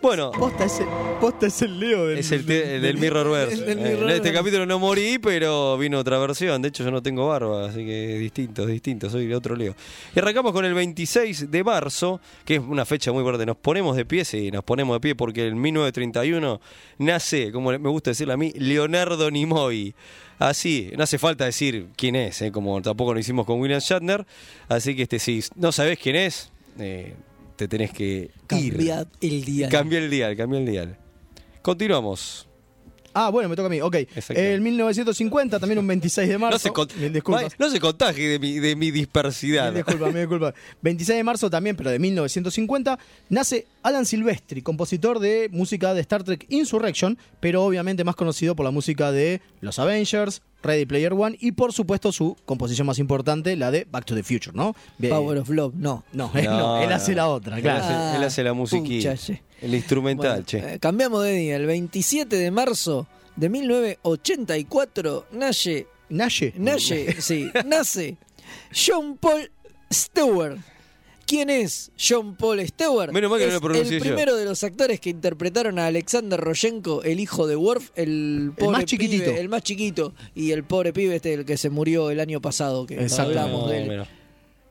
S2: Bueno,
S3: Posta es el, posta es el Leo del,
S2: es el, te- el del Mirrorverse.
S3: del
S2: Eh, en
S3: Mirrorverse.
S2: este capítulo no morí, pero vino otra versión. De hecho, yo no tengo barba, así que distinto, distinto. Soy de otro Leo. Y arrancamos con el 26 de marzo, que es una fecha muy fuerte. Nos ponemos de pie, sí, nos ponemos de pie, porque en 1931 nace, como me gusta decirlo a mí, Leonardo Nimoy. Así, no hace falta decir quién es, eh, como tampoco lo hicimos con William Shatner. Así que este, si no sabés quién es, eh, te tenés que ir.
S4: Cambiad el día.
S2: Cambia el dial, cambia el dial. Continuamos.
S3: Ah, bueno, me toca a mí. Ok. El 1950, también un 26 de marzo.
S2: No se, con-
S3: Mil disculpas.
S2: May, no se contagie de mi, de mi dispersidad.
S3: Mil disculpas, mil disculpas. 26 de marzo también, pero de 1950, nace Alan Silvestri, compositor de música de Star Trek Insurrection, pero obviamente más conocido por la música de Los Avengers, Ready Player One y por supuesto su composición más importante, la de Back to the Future, ¿no? Bien.
S4: Power of Love, no.
S3: No, él, no,
S2: No,
S3: él
S2: no.
S3: hace la otra,
S2: Él
S3: claro.
S2: hace- él hace la musiquilla.
S4: pucha, che.
S2: El instrumental,
S4: Bueno,
S2: che.
S4: eh, cambiamos de día. El 27 de marzo de 1984 nace.
S3: Nace.
S4: Nace, sí. Nace John Paul Stewart. ¿Quién es John Paul Stewart?
S2: Menos mal que no
S4: Es
S2: lo pronuncié
S4: El
S2: yo.
S4: primero de los actores que interpretaron a Alexander Roshenko, el hijo de Worf, el, pobre
S3: más chiquitito.
S4: pibe, el más chiquito. Y el pobre pibe este, el que se murió el año pasado, que
S3: Exactamente.
S4: hablamos de él.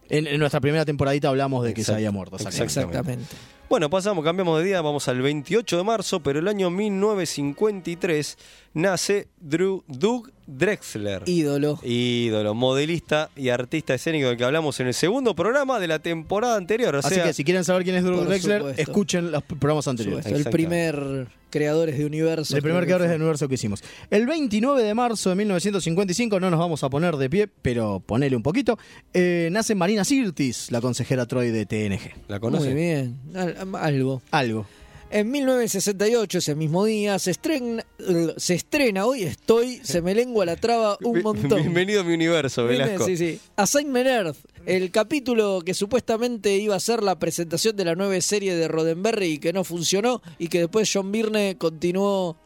S3: En, en nuestra primera temporadita hablamos de que se
S2: Exacto,
S3: había muerto.
S4: Exactamente.
S2: Bueno, pasamos, cambiamos de día, vamos al 28 de marzo, pero el año 1953 nace Drew Doug Drexler.
S4: Ídolo.
S2: Ídolo, modelista y artista escénico del que hablamos en el segundo programa de la temporada anterior. O
S3: Así
S2: sea,
S3: que si quieren saber quién es Drew
S4: Por
S3: Drexler,
S4: supuesto.
S3: escuchen los programas anteriores.
S4: Supuesto, El primer creadores de universo.
S3: El primer
S4: creo
S3: creador
S4: que
S3: del universo que hicimos. El 29 de marzo de 1955, no nos vamos a poner de pie, pero ponele un poquito, eh, nace Marina Sirtis, la consejera Troy de TNG.
S2: ¿La
S4: fue. Muy bien. Al- algo.
S3: Algo.
S4: En 1968, ese mismo día, se estrena, se estrena hoy estoy, se me lengua la traba un
S2: Bien-
S4: montón.
S2: Bienvenido a mi universo,
S4: Viene,
S2: Velasco.
S4: Sí, sí. Assignment Earth, el capítulo que supuestamente iba a ser la presentación de la nueva serie de Roddenberry y que no funcionó y que después John Byrne continuó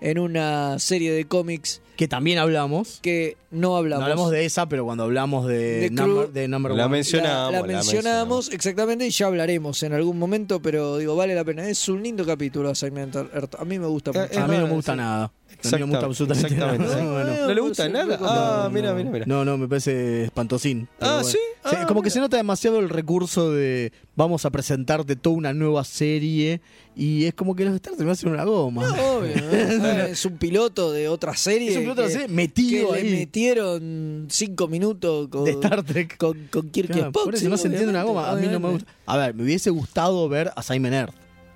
S4: en una serie de cómics
S3: que también hablamos.
S4: que no hablamos.
S3: No hablamos de esa, pero cuando hablamos de,
S4: De
S3: number,
S4: Crew-
S3: de Number
S2: La
S3: One.
S2: mencionamos.
S4: La,
S2: la
S4: mencionamos exactamente y ya hablaremos en algún momento, pero digo, vale la pena. Es un lindo capítulo Assignment Earth. A mí me gusta mucho.
S3: a mí no me gusta nada. A mí no me
S2: Exacta-
S3: gusta absolutamente nada.
S2: exactamente,
S3: No,
S2: Ah, sí.
S3: no.
S2: ¿No le gusta nada? Ah, mira, mira, mira.
S3: No, no, me parece espantosín. pero
S2: Ah,
S3: bueno.
S2: ¿sí?
S3: Sí, como que se nota demasiado el recurso de vamos a presentarte toda una nueva serie y es como que los Star Trek me hacen una goma.
S4: Obvio, ¿no? Ah, es un piloto de otra serie.
S3: Es un piloto de
S4: que-
S3: serie metido
S4: que le
S3: ahí.
S4: metieron cinco minutos con,
S3: De Star Trek.
S4: con, con Kirk
S3: Claro,
S4: Spock,
S3: por eso
S4: sí,
S3: no se entiende una
S4: obviamente,
S3: goma. A mí no me
S4: obviamente.
S3: gusta. A ver, me hubiese gustado ver a Simon Earth.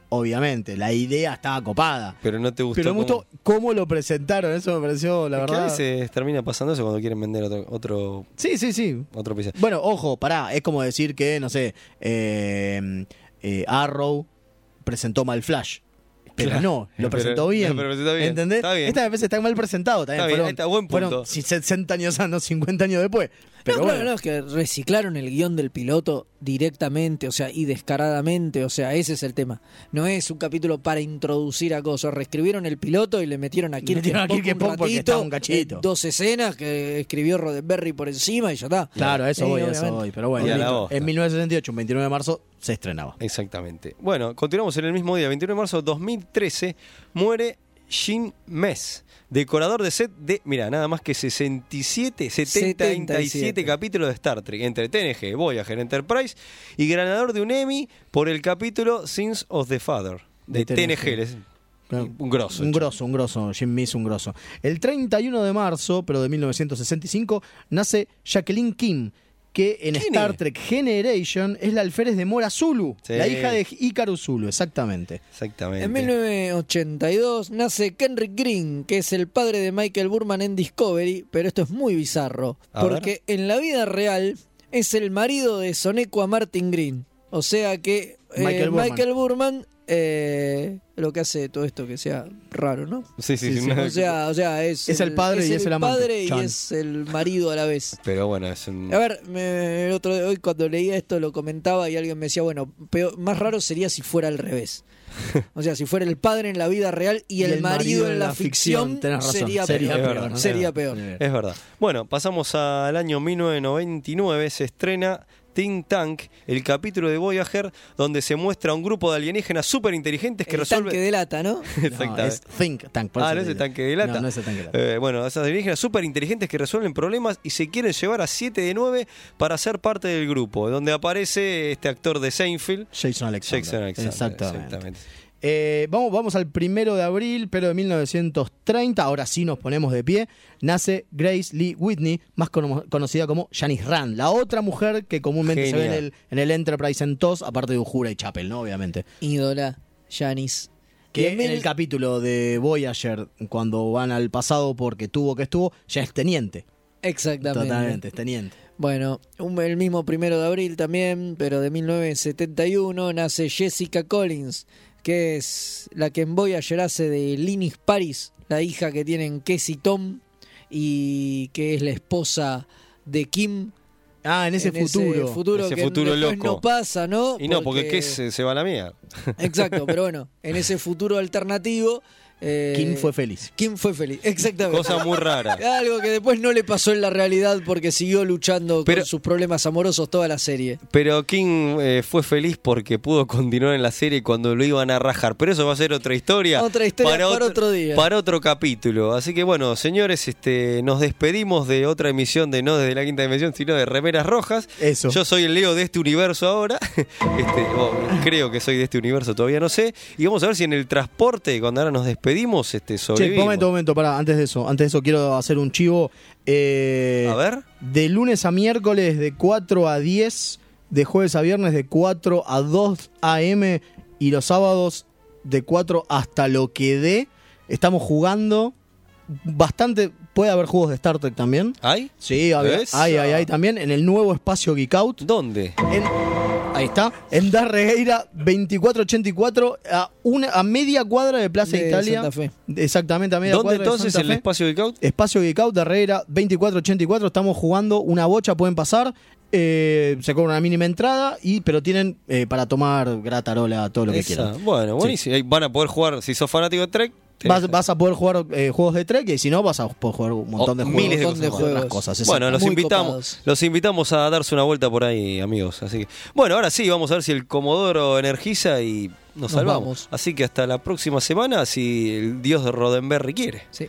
S3: Obviamente, la idea estaba copada.
S2: Pero no te gustó.
S3: Pero me
S2: cómo-
S3: gustó cómo lo presentaron. Eso me pareció, la
S2: Es que a
S3: verdad.
S2: veces termina pasando eso cuando quieren vender otro otro,
S3: Sí, sí, sí.
S2: otro episodio.
S3: Bueno, ojo, pará, es como decir que, no sé, eh, eh, Arrow presentó mal Flash. Pero
S2: Claro.
S3: no, lo
S2: Pero-
S3: presentó bien.
S2: pero presentó bien.
S3: ¿Entendés?
S2: Está bien.
S3: Esta me parece está mal presentado. También
S2: Está bien,
S3: fueron,
S2: está buen punto.
S3: fueron si 60 años, ah, no 50 años después. Pero
S4: no,
S3: bueno,
S4: claro, no, es que reciclaron el guión del piloto directamente, o sea, y descaradamente, o sea, ese es el tema. No es un capítulo para introducir a cosas, reescribieron el piloto y le metieron a Kirk
S3: metieron a Kirk
S4: un
S3: Spock porque
S4: ratito,
S3: estaba un cachito.
S4: eh, dos escenas que escribió Roddenberry por encima y ya está.
S3: Claro, a eso
S4: Sí,
S3: voy, a
S4: obviamente.
S3: eso voy. Pero bueno,
S2: Y a la
S3: listo.
S2: bosta.
S3: en 1968, un 29 de marzo, se estrenaba.
S2: Exactamente. Bueno, continuamos en el mismo día, 21 de marzo de 2013, muere Jim Mess, decorador de set de, mira, nada más que 67, 77
S4: 77.
S2: capítulos de Star Trek, entre TNG, Voyager, Enterprise, y ganador de un Emmy por el capítulo Sins of the Father, de,
S3: De TNG.
S2: TNG. les- Un grosso.
S3: Un
S2: che.
S3: grosso, un grosso, Jim Mees, un grosso. El 31 de marzo, pero de 1965, nace Jacqueline Kim, que en
S2: ¿Quién
S3: Star
S2: es?
S3: Trek Generation es la alférez de Mora Zulu,
S2: Sí.
S3: la hija de Hikaru Zulu, exactamente.
S2: Exactamente.
S4: En 1982 nace Kenrick Green, que es el padre de Michael Burman en Discovery, pero esto es muy bizarro,
S2: A ver.
S4: porque en la vida real es el marido de Sonequa Martin Green. O sea que eh,
S3: Michael Burman.
S4: Michael Burman eh, lo que hace todo esto que sea raro, ¿no?
S2: Sí, sí,
S3: Sí,
S2: sí.
S3: sí.
S2: una-
S4: O sea, o sea, es,
S3: Es el padre y es el amante.
S4: padre y
S3: Chan.
S4: es el marido a la vez.
S2: Pero bueno, es un...
S4: A ver, me- el otro de hoy cuando leía esto lo comentaba y alguien me decía, bueno, peor- más raro sería si fuera al revés. O sea, si fuera el padre en la vida real y, el, marido, en la ficción,
S3: tenés razón,
S4: sería,
S3: sería
S4: peor.
S2: peor, ¿no?
S4: Sería peor. Eh,
S2: Es verdad. Bueno, pasamos al año 1999, se estrena Think Tank, el capítulo de Voyager, donde se muestra un grupo de alienígenas súper inteligentes que
S4: el
S2: resuelven...
S4: tanque de lata, ¿no?
S3: No, es Think Tank. por
S2: Ah,
S3: eso
S2: no
S3: te
S2: es el
S3: digo.
S2: tanque de lata.
S3: No, no es el tanque de lata.
S2: Eh, bueno, esas alienígenas súper inteligentes que resuelven problemas y se quieren llevar a 7 de 9 para ser parte del grupo, donde aparece este actor de Seinfeld,
S3: Jason Alexander.
S2: Jackson Alexander.
S3: Exactamente. Eh, vamos, vamos al primero de abril, pero de 1930, ahora sí nos ponemos de pie, nace Grace Lee Whitney, más cono- conocida como Janice Rand, la otra mujer que comúnmente se ve en
S2: Genial.
S3: el, en el Enterprise en TOS, aparte de Uhura y Chapel, ¿no? Obviamente.
S4: Ídola, Janis.
S3: Que en el capítulo de Voyager, cuando van al pasado porque tuvo que estuvo, ya es teniente.
S4: Exactamente.
S3: Totalmente, es teniente.
S4: Bueno, un- el mismo primero de abril también, pero de 1971, nace Jessica Collins, que es la que en Voyager hace de Linis Paris, la hija que tienen Casey Tom y que es la esposa de Kim.
S3: Ah, en ese futuro.
S4: futuro
S2: Ese
S4: que
S2: futuro
S4: después
S2: loco.
S4: no pasa, ¿no?
S2: Y no, porque ¿qué se, se va a la mía?
S4: Exacto, pero bueno, en ese futuro alternativo... eh,
S3: Kim fue feliz.
S4: Kim fue feliz, exactamente.
S2: Cosa muy rara.
S4: Algo que después no le pasó en la realidad porque siguió luchando
S2: Pero-
S4: con sus problemas amorosos toda la serie.
S2: Pero King eh, fue feliz porque pudo continuar en la serie cuando lo iban a rajar. Pero eso va a ser otra historia.
S4: Otra historia para otro día.
S2: Para otro capítulo. Así que bueno, señores, este, nos despedimos de otra emisión de no desde la quinta dimensión, sino de Remeras Rojas.
S3: Eso.
S2: Yo soy el Leo de este universo ahora. Este, o creo que soy de este universo, todavía no sé. Y vamos a ver si en el transporte, cuando ahora nos despedimos, este,
S3: Che,
S2: sobrevivimos.
S3: momento, momento, pará, antes de eso, antes de eso quiero hacer un chivo. eh,
S2: A ver.
S3: De lunes a miércoles de 4 a 10, de jueves a viernes de 4 a 2 AM y los sábados de 4 hasta lo que dé. Estamos jugando bastante, puede haber juegos de Star Trek también.
S2: ¿Hay?
S3: Sí, había-
S2: Esa.
S3: hay, hay, hay también en el nuevo espacio Geek Out.
S2: ¿Dónde?
S3: En- ahí está, en Darregueira 2484 a una a media cuadra de Plaza
S4: De
S3: Italia.
S4: Santa Fe.
S3: Exactamente, a media
S2: ¿Dónde
S3: cuadra
S2: entonces
S3: de Santa
S2: el
S3: Fe.
S2: espacio de Caut?
S3: Espacio Geek Out, Darregueira 2484, estamos jugando una bocha, pueden pasar. eh, se cobra una mínima entrada, y pero tienen eh, para tomar gratarola, todo lo que
S2: Esa.
S3: quieran.
S2: Bueno, buenísimo. Ahí Van a poder jugar, si sos fanático de Trek,
S3: Vas, vas a poder jugar eh, juegos de Trek y si no, vas a poder jugar un montón de
S2: O
S3: juegos.
S2: Oh, miles de
S3: otras
S2: cosas más.
S3: cosas,
S2: bueno,
S3: exacto.
S2: los invitamos, los invitamos a darse una vuelta por ahí, amigos. Así que, bueno, ahora sí, vamos a ver si el Comodoro energiza y nos,
S4: Nos
S2: salvamos.
S4: vamos.
S2: Así que hasta la próxima semana, si el dios de Rodenberry quiere.
S4: Sí.